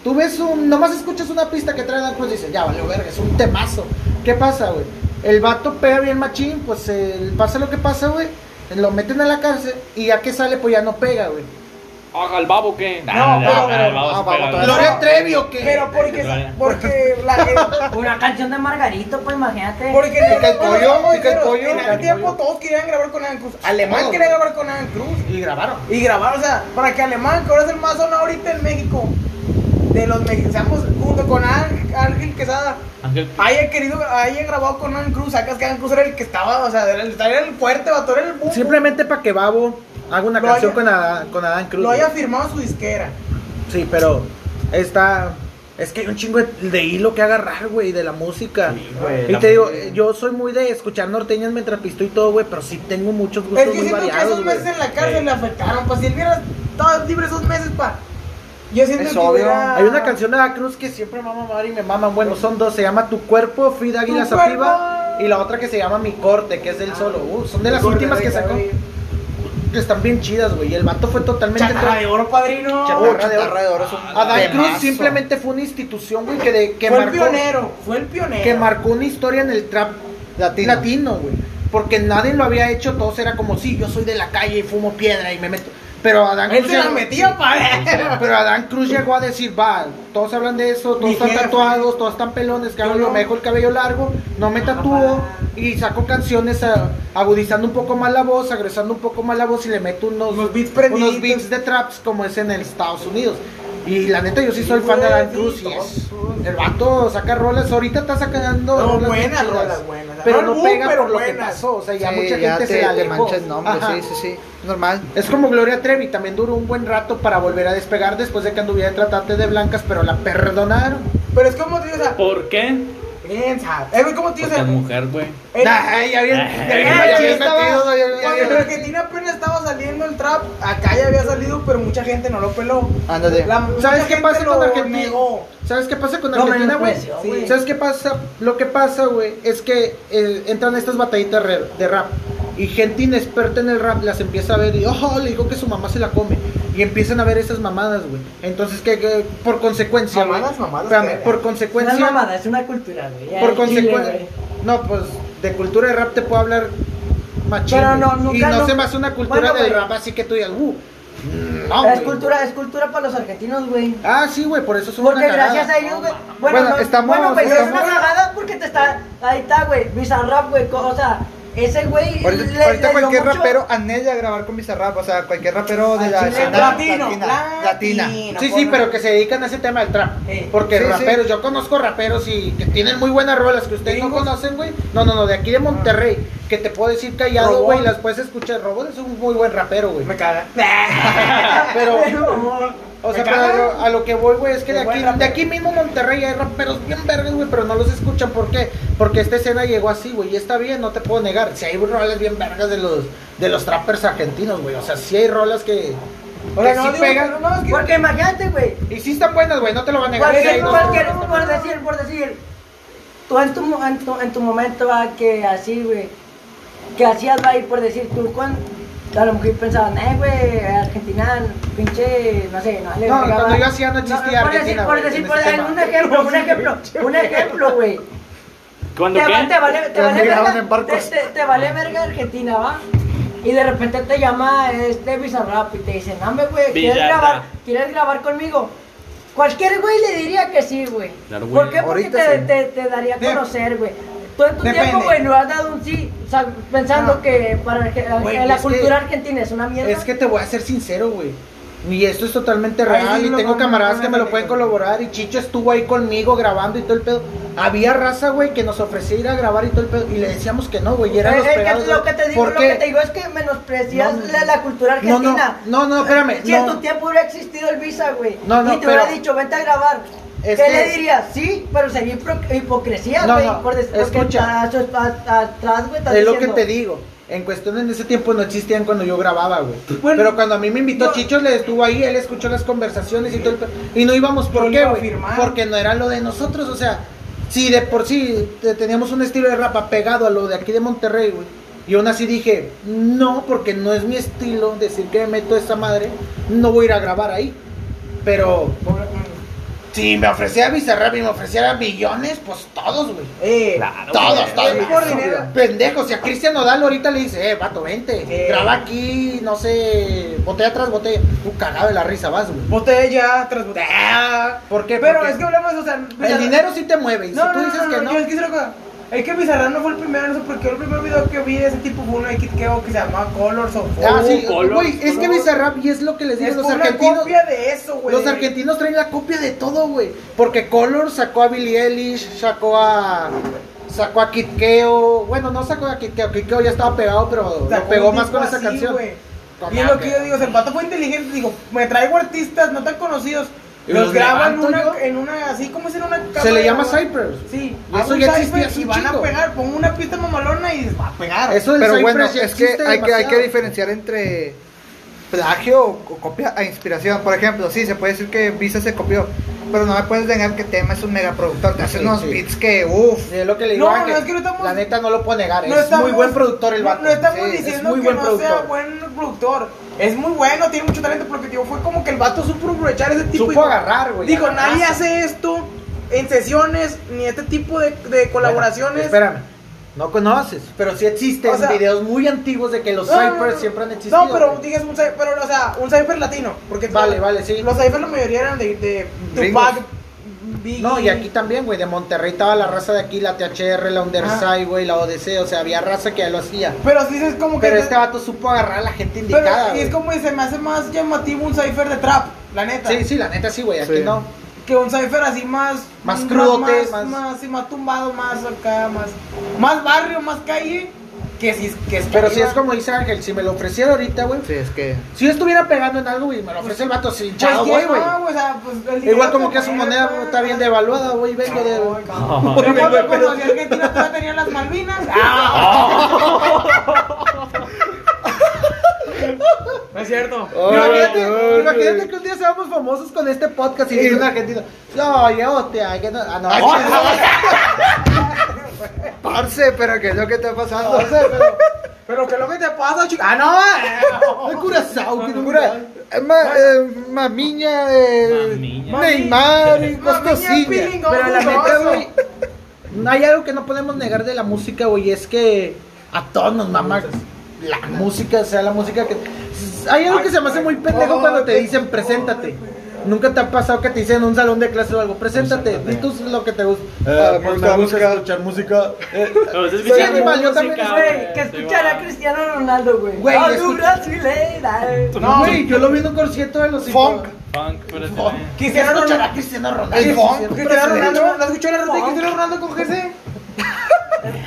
tú ves un. Nomás escuchas una pista que trae Adán Cruz y dices, ya vale, verga, es un temazo. ¿Qué pasa, güey? El vato pega bien machín, pues el- pasa lo que pasa, güey. Lo meten a la cárcel y ya que sale, pues ya no pega, güey. Ojalá el Ah, babo que. No, el pero- babo ah, se babo pega, todavía. güey. Gloria Trevi o qué? Pero porque... Vale. Porque la... eh, Una canción de Margarito, pues imagínate. Porque Pica no, el no, no, pollo, no, no, pica el pero pollo. En aquel tiempo todos querían grabar con Adam Cruz. Alemán Todos. quería grabar con Adam Cruz. Y grabaron. Y grabar, o sea, para que Alemán, que ahora es el más sonado ahorita en México, de los mexicanos, junto con Ángel Ángel Quesada, Ángel- haya querido, haya grabado con Adam Cruz, sacas que Adam Cruz era el que estaba, o sea, era el, era el fuerte, vato, era el boom. Simplemente para que Babo haga una Lo canción haya- con, Adán, con Adán Cruz. Lo güey. haya firmado su disquera. Sí, pero está. Es que hay un chingo de, de hilo que agarrar, güey, de la música. güey, y la te digo, música. yo soy muy de escuchar norteñas mientras pisto y todo, güey, pero sí tengo muchos gustos es que Pues, muy siento que variados, esos güey. meses en la cárcel Sí. le afectaron, pues si él hubiera estado libre esos meses, pa. Yo siento Es que obvio. hubiera- Hay una canción de Adán Cruz que siempre me mama mamar y me maman. Bueno, son dos. Se llama Tu Cuerpo, Frida Águila cuerpo. Sativa. Y la otra que se llama Mi Corte, que es él solo. Uh, son de las Corte últimas que Reina, sacó. güey. Que están bien chidas, güey. Y el vato fue totalmente. Chatarra de oro, padrino. Chatarra Oh, de oro. Chatarra de oro es un Adán Cruz temazo. simplemente fue una institución, güey, que, de, que fue marcó. el pionero, fue el pionero. Que marcó una historia en el trap Latino. latino, güey. Porque nadie lo había hecho, todos era como, sí, yo soy de la calle y fumo piedra y me meto. Pero Adán Él Cruz se la llegó- metía para Pero Adán Cruz llegó a decir, va, todos hablan de eso, todos Mi están jefe. tatuados, todos están pelones, que Yo hago no. lo mejor el cabello largo, no me tatúo y saco canciones ah, agudizando un poco más la voz, agresando un poco más la voz y le meto unos, Unos beats prendiditos. unos beats de traps como es en el Estados Unidos. Y la neta yo sí soy fan de Adán Cruz y es, el vato saca rolas, ahorita está sacando No, rolas buenas chidas, rolas, buenas. Pero No no el boom, pega pero por lo que buenas. pasó, o sea, ya Sí, mucha ya gente te, se la te alejó. mancha el nombre, Ajá. sí, sí, sí. Normal. Es como Gloria Trevi, también duró un buen rato para volver a despegar después de que anduviera tratante de blancas, pero la perdonaron. Pero es como tío, o sea, ¿Por qué? bien, ¿sabes? Eh, güey, como tío, o Porque sea, es mujer, güey. el- Nah, ya bien, ya bien, Ay, ya sí, bien estaba- metido, ya bien- ya Cuando en bien- Argentina apenas estaba saliendo el trap, acá ya había salido, pero mucha gente no lo peló. Ándale. La- mucha ¿Sabes qué gente pasa lo con Argentina? negó. ¿Sabes qué pasa con No, Argentina, güey? menospreció, Sí. güey. ¿Sabes qué pasa? Lo que pasa, güey, es que eh, entran estas batallitas re- de rap y gente inexperta en el rap las empieza a ver y, oh, le digo que su mamá se la come. Y empiezan a ver esas mamadas, güey. Entonces, que, que por consecuencia, güey. Mamadas, mamadas, Espérame, verga. por No es consecuencia. mamada, es una cultura, güey. Ya, Por al chile, consecuencia. güey. No, pues de cultura de rap te puedo hablar machín. Pero no, güey. nunca, y no, nunca- se me hace una cultura Bueno, de güey. rap así que tú digas, uh. No, Pero es güey. cultura, es cultura para los argentinos, güey. Ah, sí, güey, por eso es una Porque cagada. gracias a ellos, güey. Bueno, Bueno, no- estamos- bueno, güey, pero es estamos- una cagada porque te está. Ahí está, güey. Bizarrap, güey. co- O sea, ese güey. Ahorita, ahorita le- le dio cualquier mucho- rapero anhela grabar con Bizarrap, o sea, cualquier rapero de Al la chile, escena latino, latina, latina. latina. Sí, sí, pero que se dedican a ese tema del trap. Eh, Porque sí, sí. raperos, yo conozco raperos y que tienen muy buenas rolas que ustedes no Gringos. conocen, güey. No, no, no, de Ah. aquí de Monterrey, que te puedo decir callado, Robot. güey, las puedes escuchar. Robot es un muy buen rapero, güey. Me caga. Pero, o Me sea, caga. pero a lo que voy, güey, es que de Muy buen aquí, rapero. de aquí mismo Monterrey hay raperos bien verdes, güey, pero no los escuchan. ¿Por qué? Porque esta escena llegó así, güey, y está bien, no te puedo negar. Si hay rolas bien vergas de los, de los trappers argentinos, güey, o sea, si hay rolas que, O sea, que no, sí digo, pegan. no, es que- Porque imagínate, güey. Y sí están buenas, güey, no te lo van a negar. Pues sí hay Cualquier, dos- cualquier, por decir, por decir. Tú en tu, mo- en tu, en tu momento, va, que así, güey. Que hacías, va, y por decir, tú con. A lo mejor pensaban, eh, güey, Argentina, pinche, no sé, no le No, pegaba". cuando yo hacía no existía por Argentina, Decir, por güey, decir, en por ese decir, un tema. ejemplo, un ejemplo, un ejemplo, güey. ¿Cuándo Te, va- te qué? vale, te Los vale migraban verga, en barcos. te- te- te vale verga Argentina, va. Y de repente te llama este Bizarrap y te dice, dame, güey, ¿quieres Villata. grabar, ¿quieres grabar conmigo? Cualquier güey le diría que sí, güey. Claro, güey. ¿Por qué? Porque Ahorita te, sí. te- te daría a Dep- conocer, güey. Tú en tu Depende. tiempo, güey, no has dado un sí, o sea, pensando No. que para que- Güey, la es cultura que- argentina es una mierda. Es que te voy a ser sincero, güey. Y esto es totalmente Ay, real. sí, y lo tengo vamos a camaradas poner que me en lo pueden el- colaborar. Y Chicho estuvo ahí conmigo grabando y todo el pedo. Había raza, güey, que nos ofrecía ir a grabar y todo el pedo. Y le decíamos que no, güey. Y eran Eh, los eh, que pegados, lo que güey. te digo, ¿Por lo qué? que te digo es que menosprecias No, no. la, la cultura No, no, argentina. no, no, espérame. Si en no. tu tiempo hubiera existido el visa, güey, No, no, y te hubiera pero- dicho, vente a grabar, Es ¿qué que- le dirías? Sí, pero sería hipro- hipocresía, No, güey, no, por des- porque escucha. estás- estás- atrás, güey, estás Es lo que diciendo, te digo. En cuestiones de ese tiempo no existían cuando yo grababa, güey. Bueno, Pero cuando a mí me invitó yo- Chicho, le estuvo ahí, él escuchó las conversaciones y todo el pe- Y no íbamos, ¿por Yo qué, iba a güey? firmar. Porque no era lo de nosotros, o sea, si de por sí te- teníamos un estilo de rap apegado a lo de aquí de Monterrey, güey. Y aún así dije, no, porque no es mi estilo decir que me meto esa madre, no voy a ir a grabar ahí. Pero pues, si me ofrecía Bizarrap y me ofreciera millones, pues todos, güey. Eh, Claro, Todos, güey. todos. Es por dinero. Pendejos, si a Cristian Nodal ahorita le dice, eh, vato, vente, Eh. graba aquí, no sé, botella tras botella. Tú cagado de la risa vas, güey. botella tras botella. ¿Por qué? Pero Porque es que hablamos, o sea, El dinero sí te mueve, y No, si tú no, dices no, no, que no, no, yo es que hice una cosa. Es que Bizarrap no fue el primero, no sé por qué. El primer video que vi de ese tipo fue uno de Kid Keo que se llamaba Colors of Ah, Oh, sí, color, güey, es que color. Bizarrap, y es lo que les digo, Es los una argentinos. copia de eso, güey. Los argentinos traen la copia de todo, güey. Porque Color sacó a Billie Eilish, sacó a. Sacó a Kid Keo. Bueno, no sacó a Kid Keo. Kid Keo ya estaba pegado, pero Sacó lo pegó un más disco con esa así, canción. güey. Con Y es la- lo que yo digo, o sea, el vato fue inteligente, digo, me traigo artistas no tan conocidos, Y los los graban levanto una- yo. en una, así como es en una cámara Se le de llama grabar. Cypress. Sí, Y eso hago un ya cypher existía hace y un van a chingo. pegar, pongo una pista mamalona y va a pegar. Eso del Pero Cypress bueno, ya es que existe hay, que hay que demasiado. diferenciar entre plagio o, o copia a inspiración. Por ejemplo, sí, se puede decir que Visa se copió, pero no me puedes negar que Tema es un megaproductor, te hace Sí, unos sí. beats que, uff. Y es lo que le digo No, a no, Ángel, es que no estamos- La neta no lo puedo negar. No es estamos- muy buen productor el vato. No, no estamos Sí, diciendo es muy que buen no productor. sea buen productor. Es muy bueno, tiene mucho talento porque digo, fue como que el vato supo aprovechar ese tipo. Supo dijo, agarrar, güey, Dijo, a la nadie raza". hace esto en sesiones ni este tipo de, de colaboraciones. Bueno, espérame. No conoces, pero sí existen O sea- videos muy antiguos de que los No, no, no, Cyphers no. siempre han existido. No, pero güey. digas un cypher, pero, o sea, un cypher latino. Porque Vale, vale, sí. Los cyphers la mayoría eran de, de Gringos. Tupac, Biggie. No, y aquí también, güey, de Monterrey estaba la raza de aquí, la THR, la Ah. Underside, güey, la ODC, o sea, había raza que ya lo hacía. Pero sí es como que. Pero este vato supo agarrar a la gente pero indicada. sí güey. es como que se me hace más llamativo un cypher de trap, la neta. Sí, sí, la neta sí, güey, aquí Sí. no. Que un cipher así más. Más un crudote, rap Más, más- más, sí, más tumbado, más acá, más. Más barrio, más calle. Que si que es Pero si es como dice Ángel, si me lo ofreciera ahorita, güey, Sí, es que. si yo estuviera pegando en algo, güey, me lo ofrece el vato sin Pues, chavo, ¿quién güey, no, güey. o sea, pues, el Igual dinero como te que su mueve, moneda güey. güey, está bien devaluada, güey, vengo de... Ay, cabrón. No. Yo cuando Pero- conocí a Argentina todavía tenía las Malvinas. Ah, Ah, No es cierto. Imagínate, Ay, imagínate ay. que un día seamos famosos con este podcast y dice un argentino, no, yo te... ay, que no- Ah, no, Parce, pero ¿qué es lo que está pasando? no sé, pero- Pero que lo que te pasa, chica. Ah, no, eh, de Curazao, que no Pura, eh, ma, eh, mamiña, eh, Mamiña. Neymar, y Mamiña, Eh, costosilla. pilinga. Pero la neta, Orgulloso. güey, hay algo que no podemos negar de la música, güey, y es que a todos nos mama la música, o sea, la música que... Hay algo que se me hace muy pendejo cuando te dicen, preséntate. Nunca te ha pasado que te dicen en un salón de clase o algo, preséntate, di tú lo que te gusta. Ah, me gusta la música. escuchar música. Eh, Pero es Sí, animal, yo también música, soy- güey, Güey, que escuchará a sí, Cristiano Ronaldo, güey. Güey, A escucha- tu brasilera. eh. No, güey, yo lo vi en un concierto de los... Funk. va. Funk, eh. pero sí, Funk. güey. Cristiano Ronaldo. Cristiano Ronaldo. Cristiano Ronaldo. El sí, funk. cierto. Cristiano Ronaldo, Pero- ¿la escuchó la rola de Cristiano Ronaldo con GC?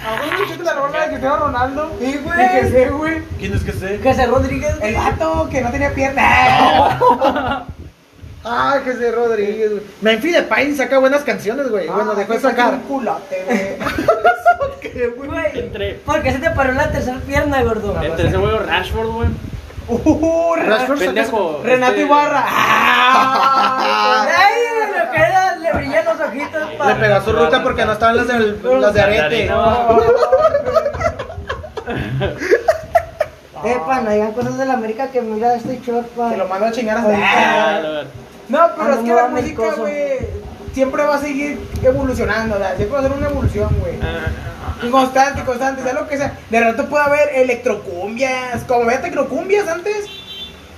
¿A vos escuchaste la rola de Cristiano Ronaldo? Sí, Y que güey. sí, güey. José Rodríguez. El güey. gato que no tenía pierna. Ah, José Rodríguez, güey. Memphis Depay saca buenas canciones, güey. bueno, dejó de sacar. Un culote, güey. Entre- Güey, ¿por qué se te paró la tercera pierna, gordo? Entre ese güey Rashford, güey. Uh, Renato- Rashford saca- Pendejo. Renato este- Ibarra. Ah. Ay, lo que era, le brillan los ojitos, Le pa. pegó a su ruta porque no estaban las de, las de arete. No. Eh, pa, no digan cosas de la América que mira este short, pa. Te lo mando a chingar Ah, a la verdad. No, pero Ah, es no, que no, la no, música, coso. güey, siempre va a seguir evolucionando, o sea, siempre va a ser una evolución, güey. Ah. Y Constante, constante, sea lo que sea. De rato puede haber electrocumbias, como había tecnocumbias antes.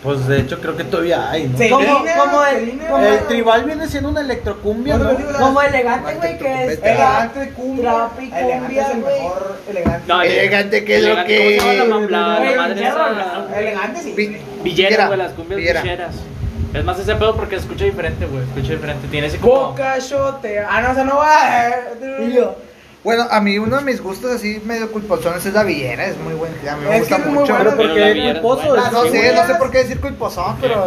Pues de hecho creo que todavía hay, ¿no? Sí. Como, Selena, como el, Selena. como El tribal viene siendo una electrocumbia, ¿no? como elegante, güey, que es. Elegante cumbia. Trap y Elegante es el cumbia, mejor elegante. No, Elegante que lo elegante, ¿cómo se llama que- la mam- la- la Eh, Güey, madre ya esa? rola. Elegante sí. Vi- Villera, güey, las cumbias Villera. villeras. Es más ese pedo porque escucha diferente, güey. Escucha diferente. Tiene ese como. Boca shotea. Ah, no, o sea, no va. eh. Y yo. Bueno, a mí uno de mis gustos así medio culposones es la villera, es muy buen, a mí me Es gusta que es muy mucho. Ah, Pero Pero buena, la porque villera es es culposo. buena. es- no sé, Seguras. no sé por qué decir culposón, pero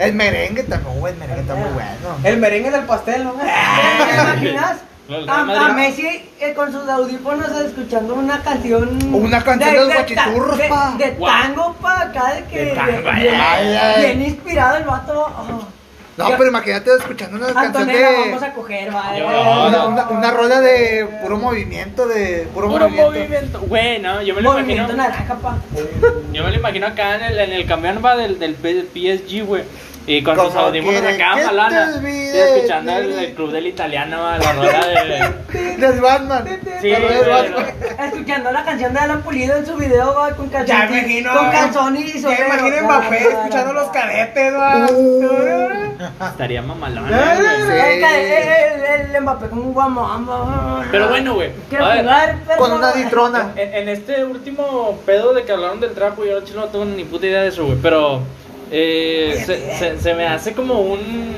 el merengue también, el merengue está muy bueno. El merengue del pastel, ¿no? Ah. ¿Te imaginas? Real A, Madrid. a Messi eh, con sus audífonos escuchando una canción. Una canción de los guachiturros, de- pa. De, tango, pa. Acá de que. De tango, bien- ay, ay, ay. Bien inspirado el vato. oh. No, pero imagínate escuchando una canción Antonella, vamos de... a coger, va. Yo- eh. Una, una- una rola de puro movimiento, de puro, Puro movimiento. movimiento. Güey, no, yo me lo imagino. Movimiento naranja, pa. Yo me lo imagino acá en el, en el camión va del, del P- PSG, güey. Y con Como sus audífonos quiere acá, que te malana. olvide, Y escuchando el, baby. el club del italiano, a la rola de. Del Batman. Sí, Pero güey, del Batman. no. Escuchando la canción de Alan Pulido en su video, va, con calzón. Ya imagino. Con calzón y Ya sombrero. imagino a Ra, Mbappé ra, ra, escuchando ra. los cadetes, va. Estaría mamalón. Ay, güey. Sí. El, el- el- el Mbappé como un guamamba. Pero bueno, güey. Quiero A ver, jugar, pero- Con una ditrona. En, en este último pedo de que hablaron del trapo, yo al chile no tengo ni puta idea de eso, güey. Pero eh, se, se- se me hace como un,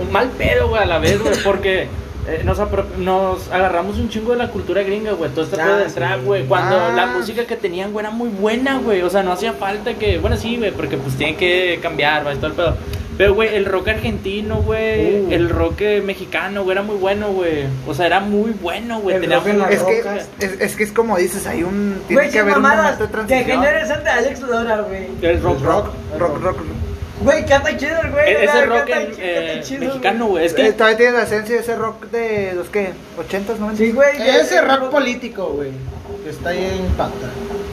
un mal pedo, güey, a la vez, güey, porque eh, nos, apro- nos agarramos un chingo de la cultura gringa, güey. Todo este Ah, pedo del sí. trap, güey. Cuando Ah. la música que tenían, güey, era muy buena, güey. O sea, no hacía falta que. Bueno, sí, güey, porque pues tienen que cambiar, güey, todo el pedo. Pero, güey, el rock argentino, güey, Uh. el rock eh, mexicano, güey, era muy bueno, güey. O sea, era muy bueno, güey. El tenía rock en muy- la Es que, rocas. es, es que es como dices, hay un. Tiene Güey, que qué haber un mamadas. momento de Que transición. Pues interesante Alex Lora, güey. el rock, rock. Rock, rock. Güey, canta chido, el güey. E- ese la rock canta en- chi- eh, canta chido, mexicano, güey. Es Eh, que todavía tiene la esencia de ese rock de los que, 80s, 90s. Sí, güey. Ese rap político, güey. que Está ahí en pata.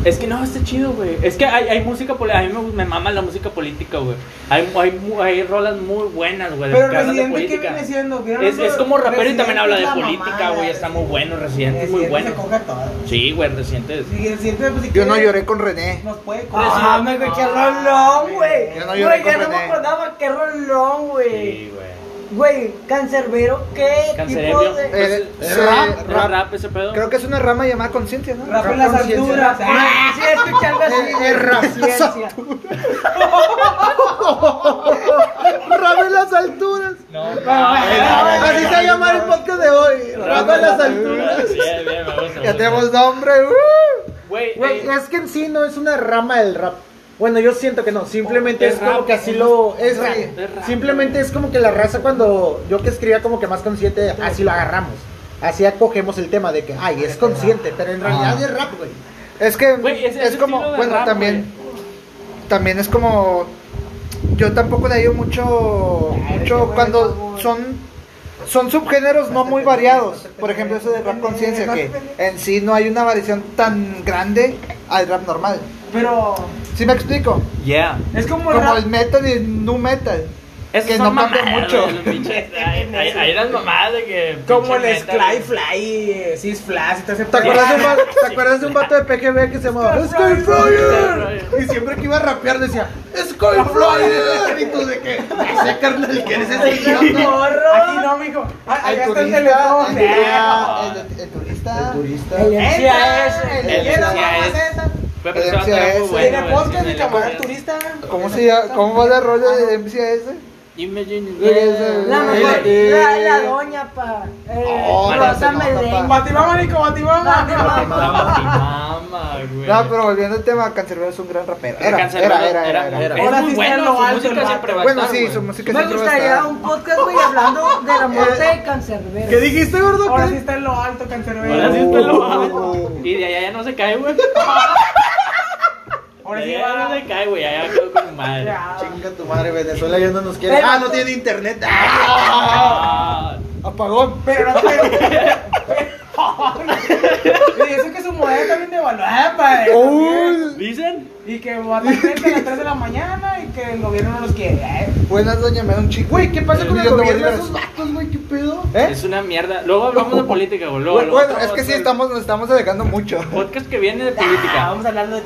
Es que no, está chido, güey. Es que hay, hay música política. A mí me, gu- me mama la música política, güey. Hay, hay, mu- hay rolas muy buenas, güey. Pero que hablan de Residente, ¿qué política. viene siendo? ¿Vieron Es, eso? es como rapero y también Residente habla es de la política, mamada, güey. Está muy bueno, Residente es muy Residente bueno. se coge a todas. Sí, güey, Residente es- Sí, Residente, pues, si Yo no quiere, lloré con René. Nos puede coger. Ah, me güey, qué rolón, güey. Yo no lloré Güey, con ya no me René. acordaba qué rolón, güey. Sí, güey. Güey, cancerbero, qué tipo Cancerebro. de. Eh, Pues, eh, es rap, rap, rap. rap, ese pedo. Creo que es una rama llamada conciencia, ¿no? Rap en las Conciencia. alturas. Ah, Sí, escuchando Eh, así. Es rap. Ciencia. Rap en las alturas. No, Ah, Así se va a llamar el podcast de hoy. Rap en las alturas. Bien, bien, me gusta, me Ya gusta. tenemos nombre, uh. Güey, Güey, eh, es que en sí no es una rama del rap. Bueno, yo siento que no, simplemente Es es, como rap, que así lo... Es, rap, sí, es rap. simplemente es como que la raza cuando yo que escribía como que más consciente, así lo agarramos. Así acogemos el tema de que, ay, es consciente, pero en realidad es rap, güey. Es que Güey, es, ese- ese como, estilo de bueno, rap, también, también es como, yo tampoco le hallo mucho, mucho cuando son, son subgéneros no muy variados. Por ejemplo, eso de rap conciencia, que en sí no hay una variación tan grande al rap normal. Pero ¿Sí me explico? yeah. es como el Como rap. el metal y el nu metal. Esas que son no cambia mamadas, mucho. güey, los pinches- Hay hay- hay unas mamadas de que. Como pinche el neta, Sky güey. Fly, eh, Six Flash, y todo ese ¿Te pedo. Ah, acuerdas, de un, vato- ¿Te acuerdas de un vato de PGB que se llamaba Skyflyer? Y siempre que iba a rapear decía Skyflyer. Y tú de que, ese carnal que eres ese idiota. Aquí no, mijo. Ah, Allá está el teléfono. el, el- el turista. El turista. El Entra, encia es. el el hielo, sí mamá, es. esa. Güey, pero se va a traer muy Tiene bueno, Tiene güey, podcast tiene y la camarada comida. turista. ¿Cómo, se llama- ¿Cómo va la rola de MCS? Imagine- Güey, La mejor. Eh, La, la doña, pa. Eh, Oh, no, Rosa no, Meléndez. pa. Batimama, Nico, Batimama. Batimama. Te mama, te mama, güey. No, pero volviendo al tema, Cancerbero es un gran rapero. El Era, Canserbero era, era, era. era- era. Es Ahora sí muy está en bueno, lo su alto música el siempre va a Bueno, estar, sí, güey. su música Me siempre va a gustaría estar. un podcast, güey, hablando de la muerte de cancerbero. ¿Qué dijiste, gordo? Ahora ¿Qué? sí está en lo alto, Cancerbero. Ahora sí está en lo alto. Oh. Y de allá ya no se cae, güey. Ahora De sí allá ya Eh, no va. se cae, güey. Allá quedó con madre. Chinga tu madre, Venezuela ya no nos quiere. Pero- ah, no tiene internet. Ah. Ah, Apagón. Pero no te. Y eso que su modelo también devaluó. Ah, padre. también. ¿Dicen? Y que matan gente a las 3 de la mañana y que el gobierno no los quiere. Eh, Buenas, doña, me da un chico. Güey, ¿qué pasa con el Millón de gobierno de bolívares. esos vatos, güey? ¿Qué pedo? ¿Eh? Es una mierda. Luego hablamos de política, güey. Luego, Bueno, luego es que hablamos sí, Ah, del estamos, nos estamos alejando mucho. Podcast que viene de política. Vamos a hablarlo de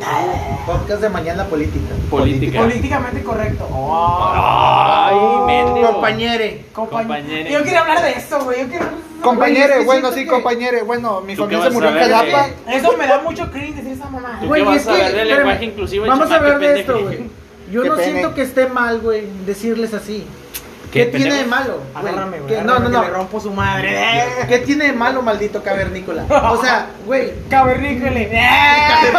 Podcast de mañana política. Política. políticamente correcto. Oh, Ay, mendigo. Compañere. compañ- compañero. Yo quería hablar de eso, güey. Yo quiero- Güey, es Compañere, que bueno, siento sí, que- compañere, bueno, mi ¿Tú qué familia se vas murió a en ver, Jalapa. Eso me da mucho cringe decir esa mamá. ¿Tú qué vas a ver de lenguaje inclusivo, vamos a chamaco, hablar de esto, pendejo? güey. Yo Qué no pene. siento que esté mal, güey, decirles así. ¿Qué, tiene de malo? güey? Agárrame, güey. Que- No, no, agárrame, que Le no. rompo su madre. Eh, ¿Qué tiene de malo, maldito cavernícola? O sea, güey. Cavernícole. Eh,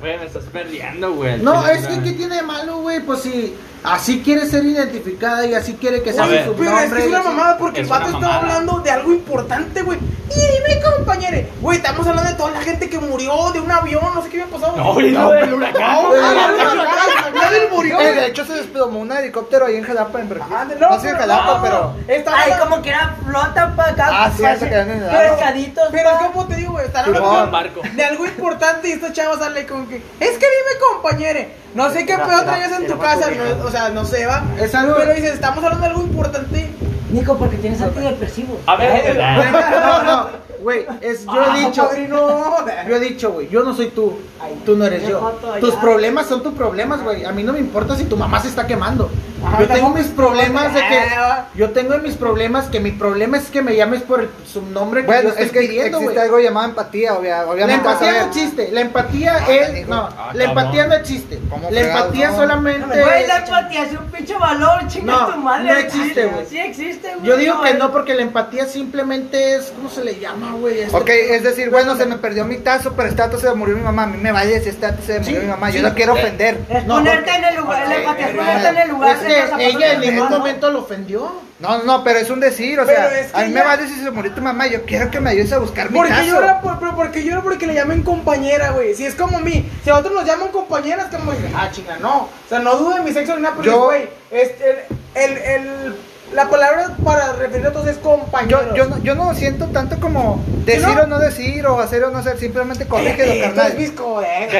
Güey, me estás perdiendo, güey. No, es que ¿qué tiene de malo, güey? Pues si así quiere ser identificada y así quiere Pues, que sea A ver. su Pero es que nombre. es una mamada porque Es el vato una estaba mamada. hablando de algo importante, güey. Y dime, compañero, güey, estamos hablando de toda la gente que murió de un avión, no sé qué había pasado. No, güey, no, del huracán. No, güey. ah, del huracán, nadie Eh, murió. de hecho, se desplomó un helicóptero ahí en Jalapa, en Ah, Veracruz. de- No sé en Jalapa, no, pero. Estaba Ay, hablando- como que era flota para acá. Ah, sí, pa' se acá. quedan en el agua. Pescaditos. Pero es pa. como te digo, güey, están Sí, hablando no. barco. de algo importante y esta chava sale con que, es que dime, compañero, no sé qué pedo traías en tu casa, no- o sea, no sé, va. Es algo- Pero dices, estamos hablando de algo importante. Nico, porque tienes antidepresivos. Ah, A ver, Güey, No, no, güey, es, yo he dicho, yo he dicho, güey, yo no soy tú, tú no eres qué yo. joto, ya. Tus problemas son tus problemas, güey. A mí no me importa si tu mamá se está quemando. Ah, Ajá, Yo tengo tampoco- mis problemas de que, Ah, yo tengo mis problemas que mi problema es que me llames por el subnombre que Bueno, yo estoy es que pidiendo, güey. existe algo llamado empatía, obvia- La obviamente. vas a empatía no ver. existe, la empatía Ah, es, canijo. no, Ah, la empatía cabrón. no existe. ¿Cómo La fregados, empatía no? solamente Güey, la empatía es un pinche valor, chinga No, tu madre. no existe, Ay, güey. Sí existe, güey. Yo digo que es- no porque la empatía simplemente es, ¿cómo se le llama, güey? Este- Ok, es decir, bueno, se me perdió mi tazo, pero este dato se murió mi mamá. A mí me vale si este dato se murió Sí, mi mamá. Yo sí. no quiero ofender. Es No, ponerte porque- en el lugar, la empatía es eh, ponerte en el lugar es- porque zapatos ella en de ningún mano. momento lo ofendió. No, no, pero es un decir, o Pero sea, es que a mí me ya- vale si se murió tu mamá, yo quiero que me ayudes a buscar mi ¿Por qué caso. llora? Por, pero ¿por qué llora? Porque le llamen compañera, güey. Si es como mí, si a otros nos llaman compañeras, como, ah, chinga, no. O sea, no dudo de mi sexo ni nada, porque, Yo- güey, este, el, el, el- la palabra para referir a todos es compañero. Yo, yo, no, yo no lo siento tanto como decir no? o no decir o hacer o no hacer, simplemente corrígelo, carnal. carnal.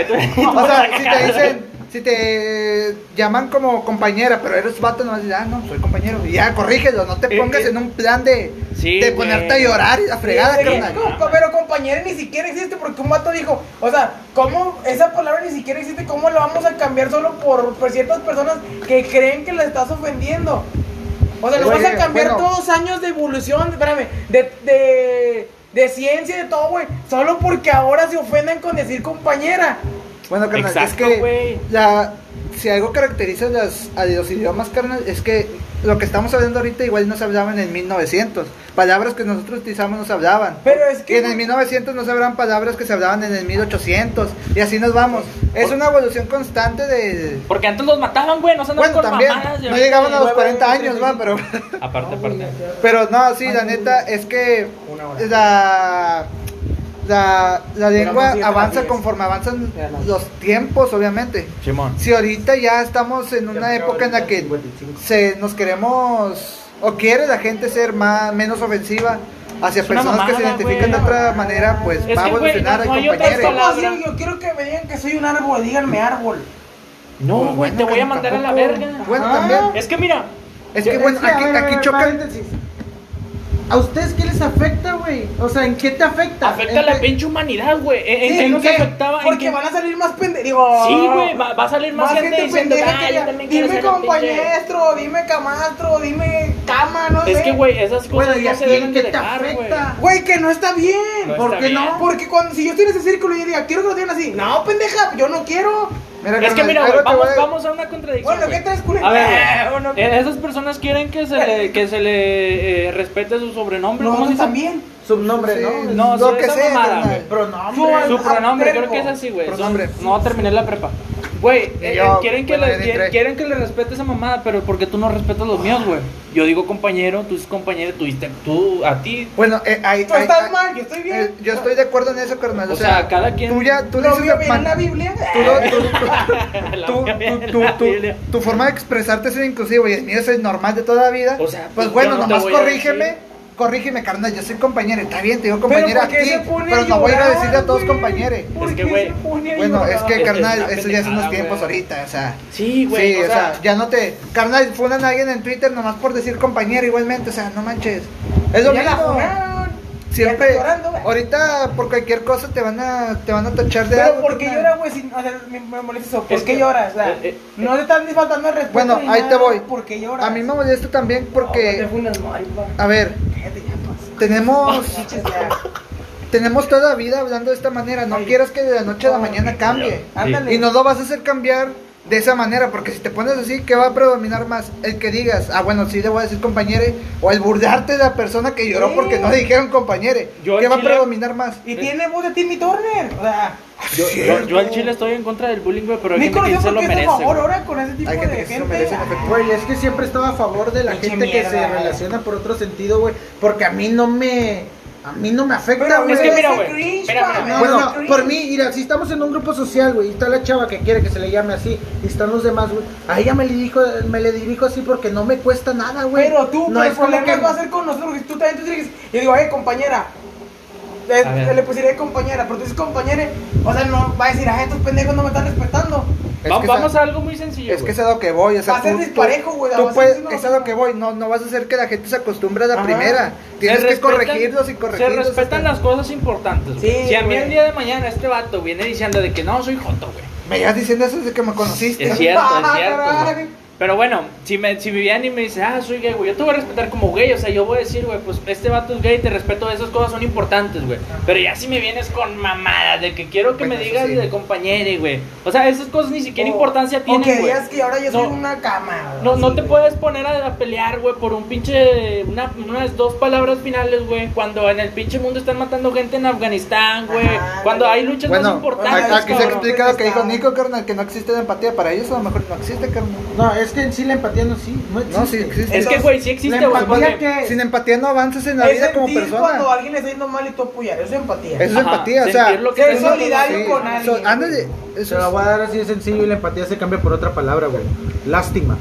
O sea, si te dicen, si te llaman como compañera, pero eres vato, no vas a decir, ah, no, soy compañero. Y ya, corrígelo, no te Eh, pongas eh. en un plan de, Sí, de güey. ponerte a llorar y a fregada, carnal. pero compañera ni siquiera existe porque un vato dijo, o sea, ¿cómo esa palabra ni siquiera existe? ¿Cómo la vamos a cambiar solo por, por ciertas personas que creen que la estás ofendiendo? O sea, nos Oye, vas a cambiar bueno. todos años de evolución, espérame, de, de, de ciencia, de todo, güey, solo porque ahora se ofenden con decir compañera. Bueno, carnal, es Exacto, güey. que la- si algo caracteriza las, a los idiomas, carnal, es que lo que estamos hablando ahorita igual no se hablaban en 1900. Palabras que nosotros utilizamos no se hablaban. Pero es que- Y en el 1900 no se hablaban palabras que se hablaban en el 1800. Y así nos vamos. Es una evolución constante de... Porque antes los mataban, güey, no se andaban Bueno, con también. mamadas. y No ahorita- llegaban a los Huevo, 40 años, va, 35. pero... Aparte, aparte. Pero no, sí, la neta es que Una hora. la, la, la lengua más siete, avanza las diez. conforme avanzan Ya, las- los tiempos, obviamente. Simón. Si ahorita ya estamos en una época en la que se nos queremos o quiere la gente ser más menos ofensiva hacia Es una personas que se mamada, identifican de güey. otra manera, pues Es va a que, güey, evolucionar no el hay otras compañero. Oh, palabras. ¿Cómo así? Yo quiero que me digan que soy un árbol, díganme árbol. No, Pues güey, bueno, te voy a carnal, mandar a la tampoco. verga. Ah. Bueno, Ajá. también. Es que mira, Es que bueno, a aquí, ver, a aquí ver, chocan. paréntesis. ¿A ustedes qué les afecta, güey? O sea, ¿en qué te afecta? Este afecta a Ah, ¿En la qué- pinche humanidad, güey. ¿En, en Sí, qué ¿en nos qué? afectaba? ¿En Porque qué? van a salir más pendejos. Sí, güey, va, va a salir más, gente, diciendo, pendeja "Ah, que yo ya- también quiero Dime ser un pinche-". compañero, dime camastro, dime cama, no sé. Es que, güey, esas cosas Bueno, ¿y no a se ti en deben de qué te dejar, güey. afecta? Güey, que no está bien. No ¿Por está qué no? bien. Porque cuando, si yo estoy en ese círculo y yo diga, quiero que lo tengan así. No, pendeja, yo no quiero. Mira, Es que carnal, mira, algo güey, te vamos, voy a- vamos a una contradicción. Bueno, güey. ¿qué traes, culero? A ver, Eh, bueno, eh, esas personas quieren que se le, que se le eh, respete su sobrenombre. ¿cómo se Nosotros dice? también. Subnombre, Sí, ¿no? No, lo sí, que esa sea, mamada, carnal. güey. Pronombre. Su- Su pronombre, creo Albergo. que es así, güey. Son- Pronombre. No terminé la prepa. Güey, eh, yo, eh, quieren, que bueno, le- ya ni quieren- entré. quieren que le respete esa mamada, pero porque tú no respetas los míos, güey. Yo digo compañero, tú dices compañero, tú, dices- tú a ti. Bueno, eh, ahí- Tú ahí- estás ahí- mal, yo estoy eh, bien. yo estoy de acuerdo en eso, carnal. O sea, cada quien- Tú ya, tú Lo dices mío la viene en pan- la Biblia. tú lo- tú- tú- La tu, mía tu- viene tu- la tu- Biblia. tu forma de expresarte es el inclusivo y el mío es el normal de toda la vida. O sea, pues, pues bueno, yo no te nomás voy a corrígeme. decir. Corrígeme, carnal, yo soy compañera, está bien, te digo compañera ¿por a ti, qué se pone pero no voy a ir a llorar, decirle a todos güey? compañeros. ¿Por Es que, qué güey, se pone a Bueno, llorar? es que Es carnal, una eso ya son los pendejada, tiempos güey. ahorita, o sea. Sí, güey. sí, o sea, ya no te. Carnal, funan a alguien en Twitter nomás por decir compañero igualmente, o sea, no manches. Es lo Ya la mismo. funaron. Ya Siempre, está llorando, güey. ahorita por cualquier cosa te van a, te van a tachar de Pero algo. ¿por qué carnal. llora, güey? Si- o sea, me, me molesta eso. ¿Por Es qué que- lloras? O sea, eh, eh, no te están faltando el respeto. Bueno, ni ahí nada. te voy. ¿Por qué lloras? A mí me molesta también pues porque. No, no te funes, maripa. A ver, Cállate ya, pues. tenemos Pinches, ya. tenemos toda la vida hablando de esta manera. No Ay. quieras que de la noche a la mañana cambie. Ándale. Y no lo vas a hacer cambiar de esa manera, porque si te pones así, ¿qué va a predominar más? El que digas, ah, bueno, sí le voy a decir compañere, o el burlarte de la persona que lloró Sí. porque no le dijeron compañere. Yo ¿Qué en va a Chile- predominar más? Y tiene voz de Timmy Turner. O sea, Yo, yo, yo al chile estoy en contra del bullying, güey, pero hay Nico, gente yo que se lo porque es a merece. favor güey. ahora con ese tipo Hay de gente que gente. se lo merece, en efecto. Ah, Güey, es que siempre he estado a favor de la Pinche gente que se mierda. relaciona por otro sentido, güey. Porque a mí no me. A mí no me afecta, Pero güey. Es que mira, Ese güey. cringe, Espera, espera, mames. espera. Bueno, Bueno, por mí, mira, si estamos en un grupo social, güey, y está la chava que quiere que se le llame así, y están los demás, güey, a ella me le, dirijo, me le dirijo así porque no me cuesta nada, güey. Pero tú, no pero el es como problema que... va a ser con nosotros. Porque tú también tú dices, yo digo, ay, compañera. Le, A ver. le pusiera compañera, pero tú dices compañere. O sea, no va a decir, ay, estos pendejos no me están respetando. Es Va- que vamos esa- a algo muy sencillo. Es que güey. es a lo que voy, o sea, Va a ser disparejo, güey, tú va a ser puedes- uno- es a lo que voy, no, no vas a hacer que la gente se acostumbre a la Ajá. primera. Tienes Se que respetan- corregirlos y corregirlos. Se respetan hasta- las cosas importantes, güey. Sí, si a mí güey. el día de mañana este vato viene diciendo de que no, soy joto, güey. Me llevas diciendo eso desde que me conociste. Es cierto, Ah, es cierto. caray. güey. Pero bueno, si, me, si Viviani me dice, ah, soy gay, güey, yo te voy a respetar como gay. O sea, yo voy a decir, güey, pues este vato es gay, te respeto, esas cosas son importantes, güey. Pero ya si me vienes con mamadas de que quiero que Bueno, me eso digas sí. de compañero, güey. O sea, esas cosas ni siquiera O- importancia tienen, O que güey. digas Oh, que ahora yo soy No. una cama. No, no así, te güey. puedes poner a, a pelear, güey, por un pinche. Una, unas dos palabras finales, güey. Cuando en el pinche mundo están matando gente en Afganistán, güey. Ajá, cuando güey. hay luchas más Bueno, importantes. aquí se cabrón. explica lo que dijo Nico, carnal, que no existe la empatía. Para ellos a lo mejor no existe, carnal. No, es es que en sí la empatía no, sí, no existe. No, sí existe. Es que, güey, sí La existe, güey. empatía porque- que... Sin empatía no avanzas en la Es vida como sentir persona. cuando alguien está yendo mal y tú apoyar. Eso es empatía. Eso es Ajá, empatía, o sea. sentir lo que ser te- solidario con sí, alguien. so- ándale, Se eso la es- voy a dar así de sencillo y la empatía se cambia por otra palabra, güey. Lástima.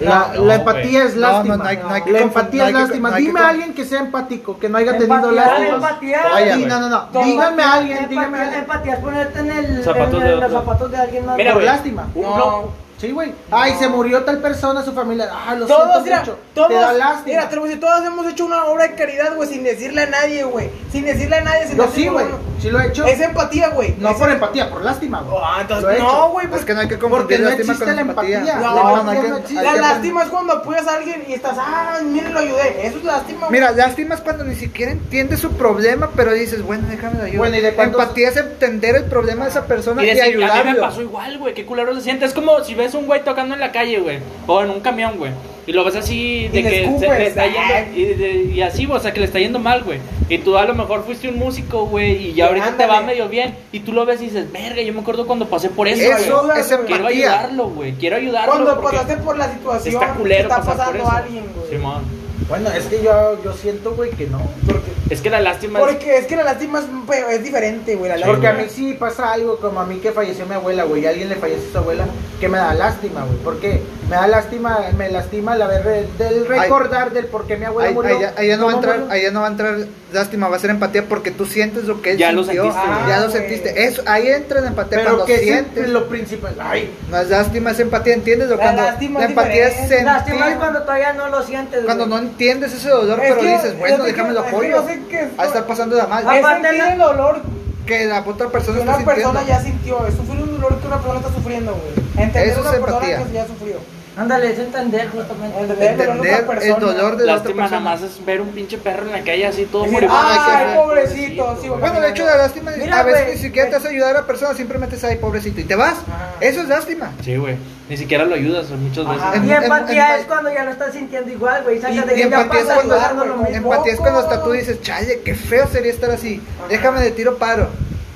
La, No, no, la empatía güey. es lástima. No, no, no hay- no hay que la confu- empatía es no hay que- lástima. no hay que Dime con- a alguien que sea empático, que no haya tenido Empatía, lástima. empatía. Vaya, Sí, güey. no, no, no. Todo. Díganme a alguien, Empatía- díganme a alguien. Empatía es ponerte en, el, Zapatos en- en de los otro. zapatos de alguien más. Mira, Por güey. lástima. Un- No. no. Sí, güey. Ay, se murió tal persona, su familia. Ah, lo Todos, siento mira, mucho. todos, Te da lástima. mira, te lo voy a decir, todos hemos hecho una obra de caridad, güey, sin decirle a nadie, güey. Sin decirle a nadie, sin Yo sí, decirle güey. Sí lo he hecho. Es empatía, güey. No Es- em- por empatía, por lástima, güey. Ah, Lo he entonces, hecho. no, güey, Es pues, que no hay que Porque confundir no lástima existe con la empatía. empatía. No, La no hay que- existe. hay la que- lástima es cuando apoyas a alguien y estás, ah, miren, lo ayudé. Eso es lástima, güey. Mira, lástima es cuando ni siquiera entiendes su problema, pero dices, bueno, déjame la ayuda. Bueno, ¿y de cuántos- Empatía es entender el problema de esa persona Y y, decir, a mí me ayudarlo. pasó igual, güey, qué culero se siente. Es como si ves un güey tocando en la calle, güey, o en un camión, güey, y lo ves así de Y le que se- escupes, le está ay. yendo, y, de- y así, güey, o sea, que le está yendo mal, güey. Y tú a lo mejor fuiste un músico, güey, y ya ahorita te va Ándale. medio bien, y tú lo ves y dices, verga, yo me acuerdo cuando pasé por eso, Eso güey. es Quiero empatía. ayudarlo, güey, quiero ayudarlo. Cuando porque pasaste por la situación, está culero está pasar por pasando eso. a alguien, güey. Simón. Bueno, es que yo, yo siento, güey, que no. Porque- Es que la lástima es- Porque es que la lástima es, pero es diferente, güey. La Sí, Porque lástima. a mí sí pasa algo como a mí que falleció mi abuela, güey, y a alguien le falleció su abuela, que me da lástima, güey, porque me da lástima, me lastima la ver del recordar del por qué mi abuela Ahí, murió. ahí ya- ahí ya no va a cómo entrar, murió. ahí ya no va a entrar lástima, va a ser empatía porque tú sientes lo que él Ya lo sintió. sentiste, güey. ya Ah, lo güey. sentiste. Eso, ahí entra la empatía Pero cuando que sientes. es lo principal. Ay, No es lástima, es empatía, ¿entiendes? O La cuando, lástima la es empatía es diferente. sentir. Lástima es cuando todavía no lo sientes. cuando no güey. entiendes ese dolor, Es pero que- dices, es bueno, que- déjame lo es que apoyo. yo sé que es- A estar pasando la mal. Ah, es Aparte sentir la- el dolor que la otra persona que está una sintiendo. persona ya sintió. Es sufrir un dolor que una persona está sufriendo, güey. Entender Eso una es persona empatía. que ya sufrió. Ándale, es entender justamente. Entender el dolor de Entender otra persona. el dolor de la otra lástima nada persona. más es ver un pinche perro en la calle así todo Decir, moribundo. "Ay, Ay, pobrecito", sí, güey. Bueno, de hecho, la lástima es- Mira, a veces güey, ni siquiera te güey. hace ayudar a la persona, simplemente es ahí, pobrecito, y te vas. Ajá. Eso es lástima. Sí, güey. Ni siquiera lo ayudas muchas Ajá. veces. Y Em- empatía em- es cuando ya lo estás sintiendo igual, güey. Sácate Y que ya empatía es pasa cuando, ayudando lo mismo. empatía es cuando hasta tú dices, chale, qué feo sería estar así, Ajá. déjame de tiro paro.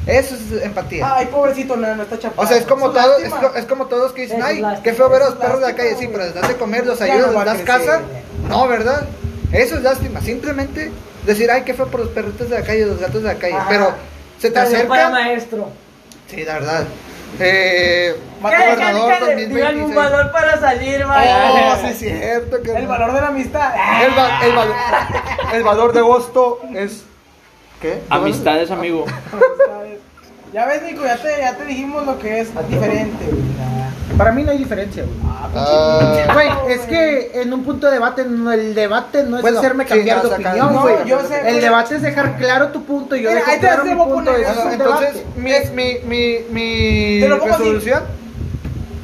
Eso es empatía. Ay, pobrecito, no, no está chapado. o sea, es como, Eso es todo, es, lástima. co- es como todos que dicen, Eso es ay, lástima, qué feo ver a los eso es perros de la lástima, calle. Sí, güey. pero les das de comer, los Ya ayudas, no va les a das crecer, casa. güey. No, ¿verdad? Eso es lástima. Simplemente decir, ay, qué feo por los perritos de la calle, los gatos de la calle. Ajá. Pero se te También para acerca. maestro. Sí, la verdad. Eh, Mata Que- que- gobernador que le digan un 2026. valor para salir, Oh, vaya. sí, es cierto. Que El valor de la amistad. Ah, El, va- el valor. El valor de agosto es. ¿Qué? Amistades, amigo. ¿sabes? Ya ves, Nico, ya te, ya te dijimos lo que es diferente. güey. para mí no hay diferencia, güey. Ah. Güey, es que en un punto de debate, no, el debate no es Bueno, hacerme sí, cambiar no, de o sea, cada- opinión, no, güey. yo sé, el güey. debate es dejar claro tu punto y yo Mira, dejo ahí te claro hace, mi voy a punto. poner eso es algo. un Entonces, debate. mi, mi, mi, mi Te lo pongo así. resolución.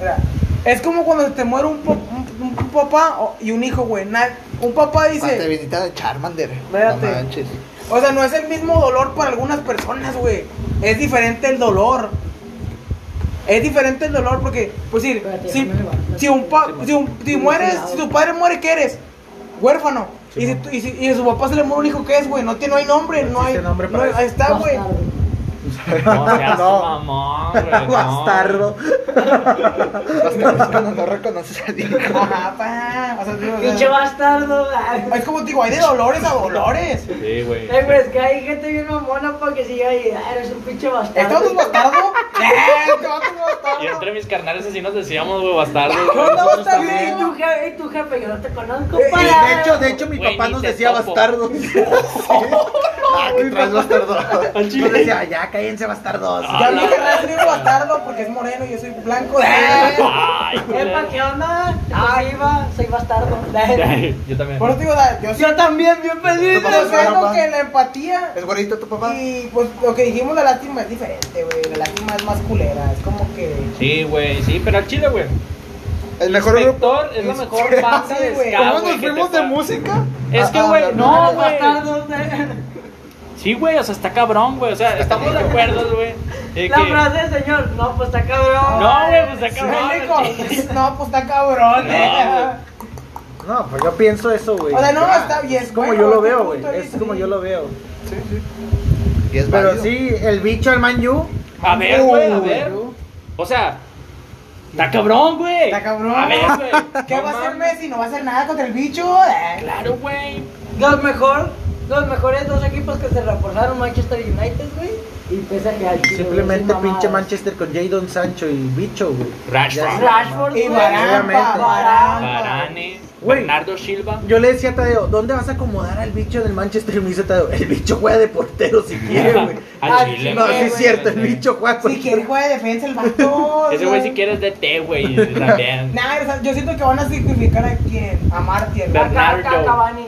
Mira, es como cuando se te muere un, po- un- un- un papá o- y un hijo, güey. Na- Un papá Ah, Te dice. viniste de Charmander. no Véate. manches. O sea, no es el mismo dolor para algunas personas, güey. Es diferente el dolor. Es diferente el dolor porque, pues sí, Espérate, si, déjame levantar. si un pa- si, un- si Sí, mueres, sí, si tu padre muere, ¿qué eres? Huérfano. y, si, tu- y, si, y a su papá se le muere un hijo, ¿qué es, güey? No, tiene- no hay nombre, no, No hay. existe nombre para no- eso. ahí está, güey. Bastardo. No seas No. mamón, güey. Pues no. Bastardo. Bastardo, cuando no reconoces a Diego. Ajá, pa. O sea, digo, o sea, Pinche bastardo. ay. es como te digo, hay de dolores a dolores. Sí, güey. Eh, güey, es que hay gente bien mamona porque si ahí, "Ah, eres un pinche bastardo. ¿Estamos ¿Este bastardo? Eh, Este vato es bastardo. Y entre mis carnales así nos decíamos, güey, bastardos. ¿Qué onda, Nosotros bastardo? Y también. tu jefe, y tu jefe, yo no te conozco, Eh, Y para. de hecho, de hecho, mi Güey, papá ni nos te decía topo. bastardos. ah, que traes bastardos. Al chile. Yo le decía, ya cállense bastardos. Ah. Ya mi carnal es negro bastardo porque es moreno y yo soy blanco. Eh, Ay, Epa, güey. ¿qué onda? Ahí va, soy bastardo. Yo también. Por eso te digo, o sea, yo sí Yo también, bien feliz. papá es güero, creo pa. que la empatía ¿Es güerito tu papá? y pues lo que dijimos, la lástima es diferente, güey. La lástima es más culera, es como que. Sí, güey, sí, pero al chile, güey. El mejor grupo. Inspector es la mejor banda de Sí, güey. ska, ¿Cómo güey, nos que te fuimos de está- música? Es que, Ah, ah, güey, no, no, No, güey. bastardo. Sí, güey, o sea, está cabrón, güey. O sea, estamos de acuerdo, güey. de La que- frase, señor. No, pues está cabrón. No, güey, pues está Sí, cabrón. Nico, No, pues está cabrón. No, pues, eh. No, pues yo pienso eso, güey. O sea, no, Ya. está bien, Es como bueno, yo lo tu veo, punto güey. de Es vista, como sí. yo lo veo. Sí, sí. Y es Pero válido. sí, el bicho, el man you. A ver, güey, a Uh, ver. O sea, Está cabrón, güey. Está cabrón. A ver, güey. ¿Qué No va a hacer mames. Messi? No va a hacer nada contra el bicho. Eh, Claro, güey. Los mejor, los mejores dos equipos que se reforzaron, Manchester United, güey, y PSG al Chile, güey, Simplemente sin pinche mamadas. Manchester con Jadon Sancho y bicho, güey. Rashford. Ya sé. Rashford, Y güey. Baramba, Obviamente. Ah, Baramba. Varane. Güey. Bernardo Silva. Yo le decía a Tadeo, ¿dónde vas a acomodar al bicho del Manchester? Y me dice Tadeo, el bicho juega de portero si quiere, güey. Al Al Chile. No, sí güey. es cierto, el bicho juega Si quiere juega de defensa el vato. Ese güey si quieres de té, güey. También. Nah, o sea, yo siento que van a sacrificar a quién? A Martial. Ver- Acá, acá, Bernardo. Cavani.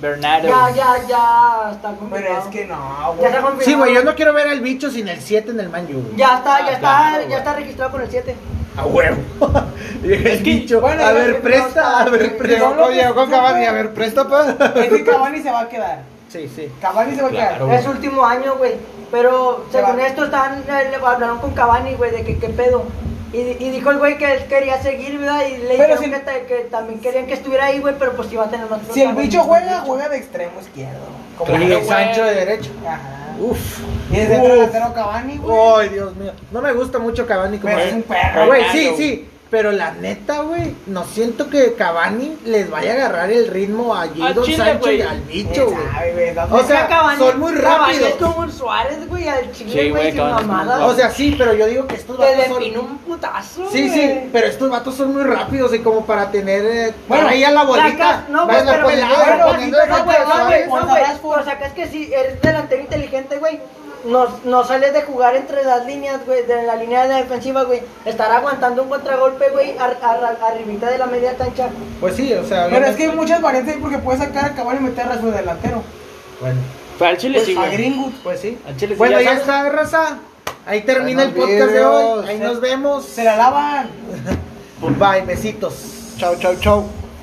Bernardo. Ya, ya, ya está confirmado. Pero es que no, Ya güey. está confirmado. Sí, güey, yo no quiero ver al bicho sin el 7 en el Man U, güey. Ya está, ya Ah, está, claro, ya güey. está registrado con el 7. A huevo. Y el Es que, bicho, bueno, a ya ver, que presta, a ver, no- presta. no lo- Oye, con Cavani, a ver, presta pa. Es que Cavani se va a quedar. Sí, sí. Cavani se va a quedar. Claro. Es su último año, güey. Pero Se según va. esto, estaban, eh, le hablaron con Cavani, güey, de que qué pedo. Y, y dijo el güey que él quería seguir, ¿verdad? Y le Pero dijeron si- que, ta- que también querían que estuviera ahí, güey, pero pues iba a tener más Si el protagonismo. bicho juega, juega de extremo izquierdo. Como Claro, y yo. el Sancho de derecho. Ajá. Uf. Y es el Uf. delantero Cavani, güey. Ay, Dios mío. No me gusta mucho Cavani como Pero es un Ah, perro. Güey, sí, sí. Pero la neta, güey, no siento que Cavani les vaya a agarrar el ritmo a Jadon Chile, Sancho güey. y al bicho, Quién güey. Eh, sabe, güey, no O sé. sea, Cavani- son muy Cavani rápidos. Es como un Suárez, güey, al chile, Sí, güey, güey, sin Cavani es muy mamadas. rápido. O sea, sí, pero yo digo que estos te vatos son... define un putazo, Sí, sí, güey. pero estos vatos son muy rápidos y como para tener... eh, Bueno, para ahí a la bolita. Sacas- no, pues, güey, Vas pero poniendo- pelado, vas no, poniendo no, de frente güey, a no, güey, Suárez. no, güey. Pero sacas que si eres delantero inteligente, güey, no, no sales de jugar entre las líneas, güey, de la línea de la defensiva, güey. Estar aguantando un contragolpe, güey, ar- ar- arribita de la media cancha. Pues sí, o sea... Pero es obviamente- que hay muchas variantes ahí porque puedes sacar a Cavani y meter a su delantero. Bueno, Pero al Chile sí, A güey. Greenwood. pues sí. Al Chile sí. Bueno, ya sabes. está, raza. Ahí termina Ahí el nos podcast de hoy. vemos. Ahí nos vemos. Se la lavan. Bye, besitos. Chau, chau, chau.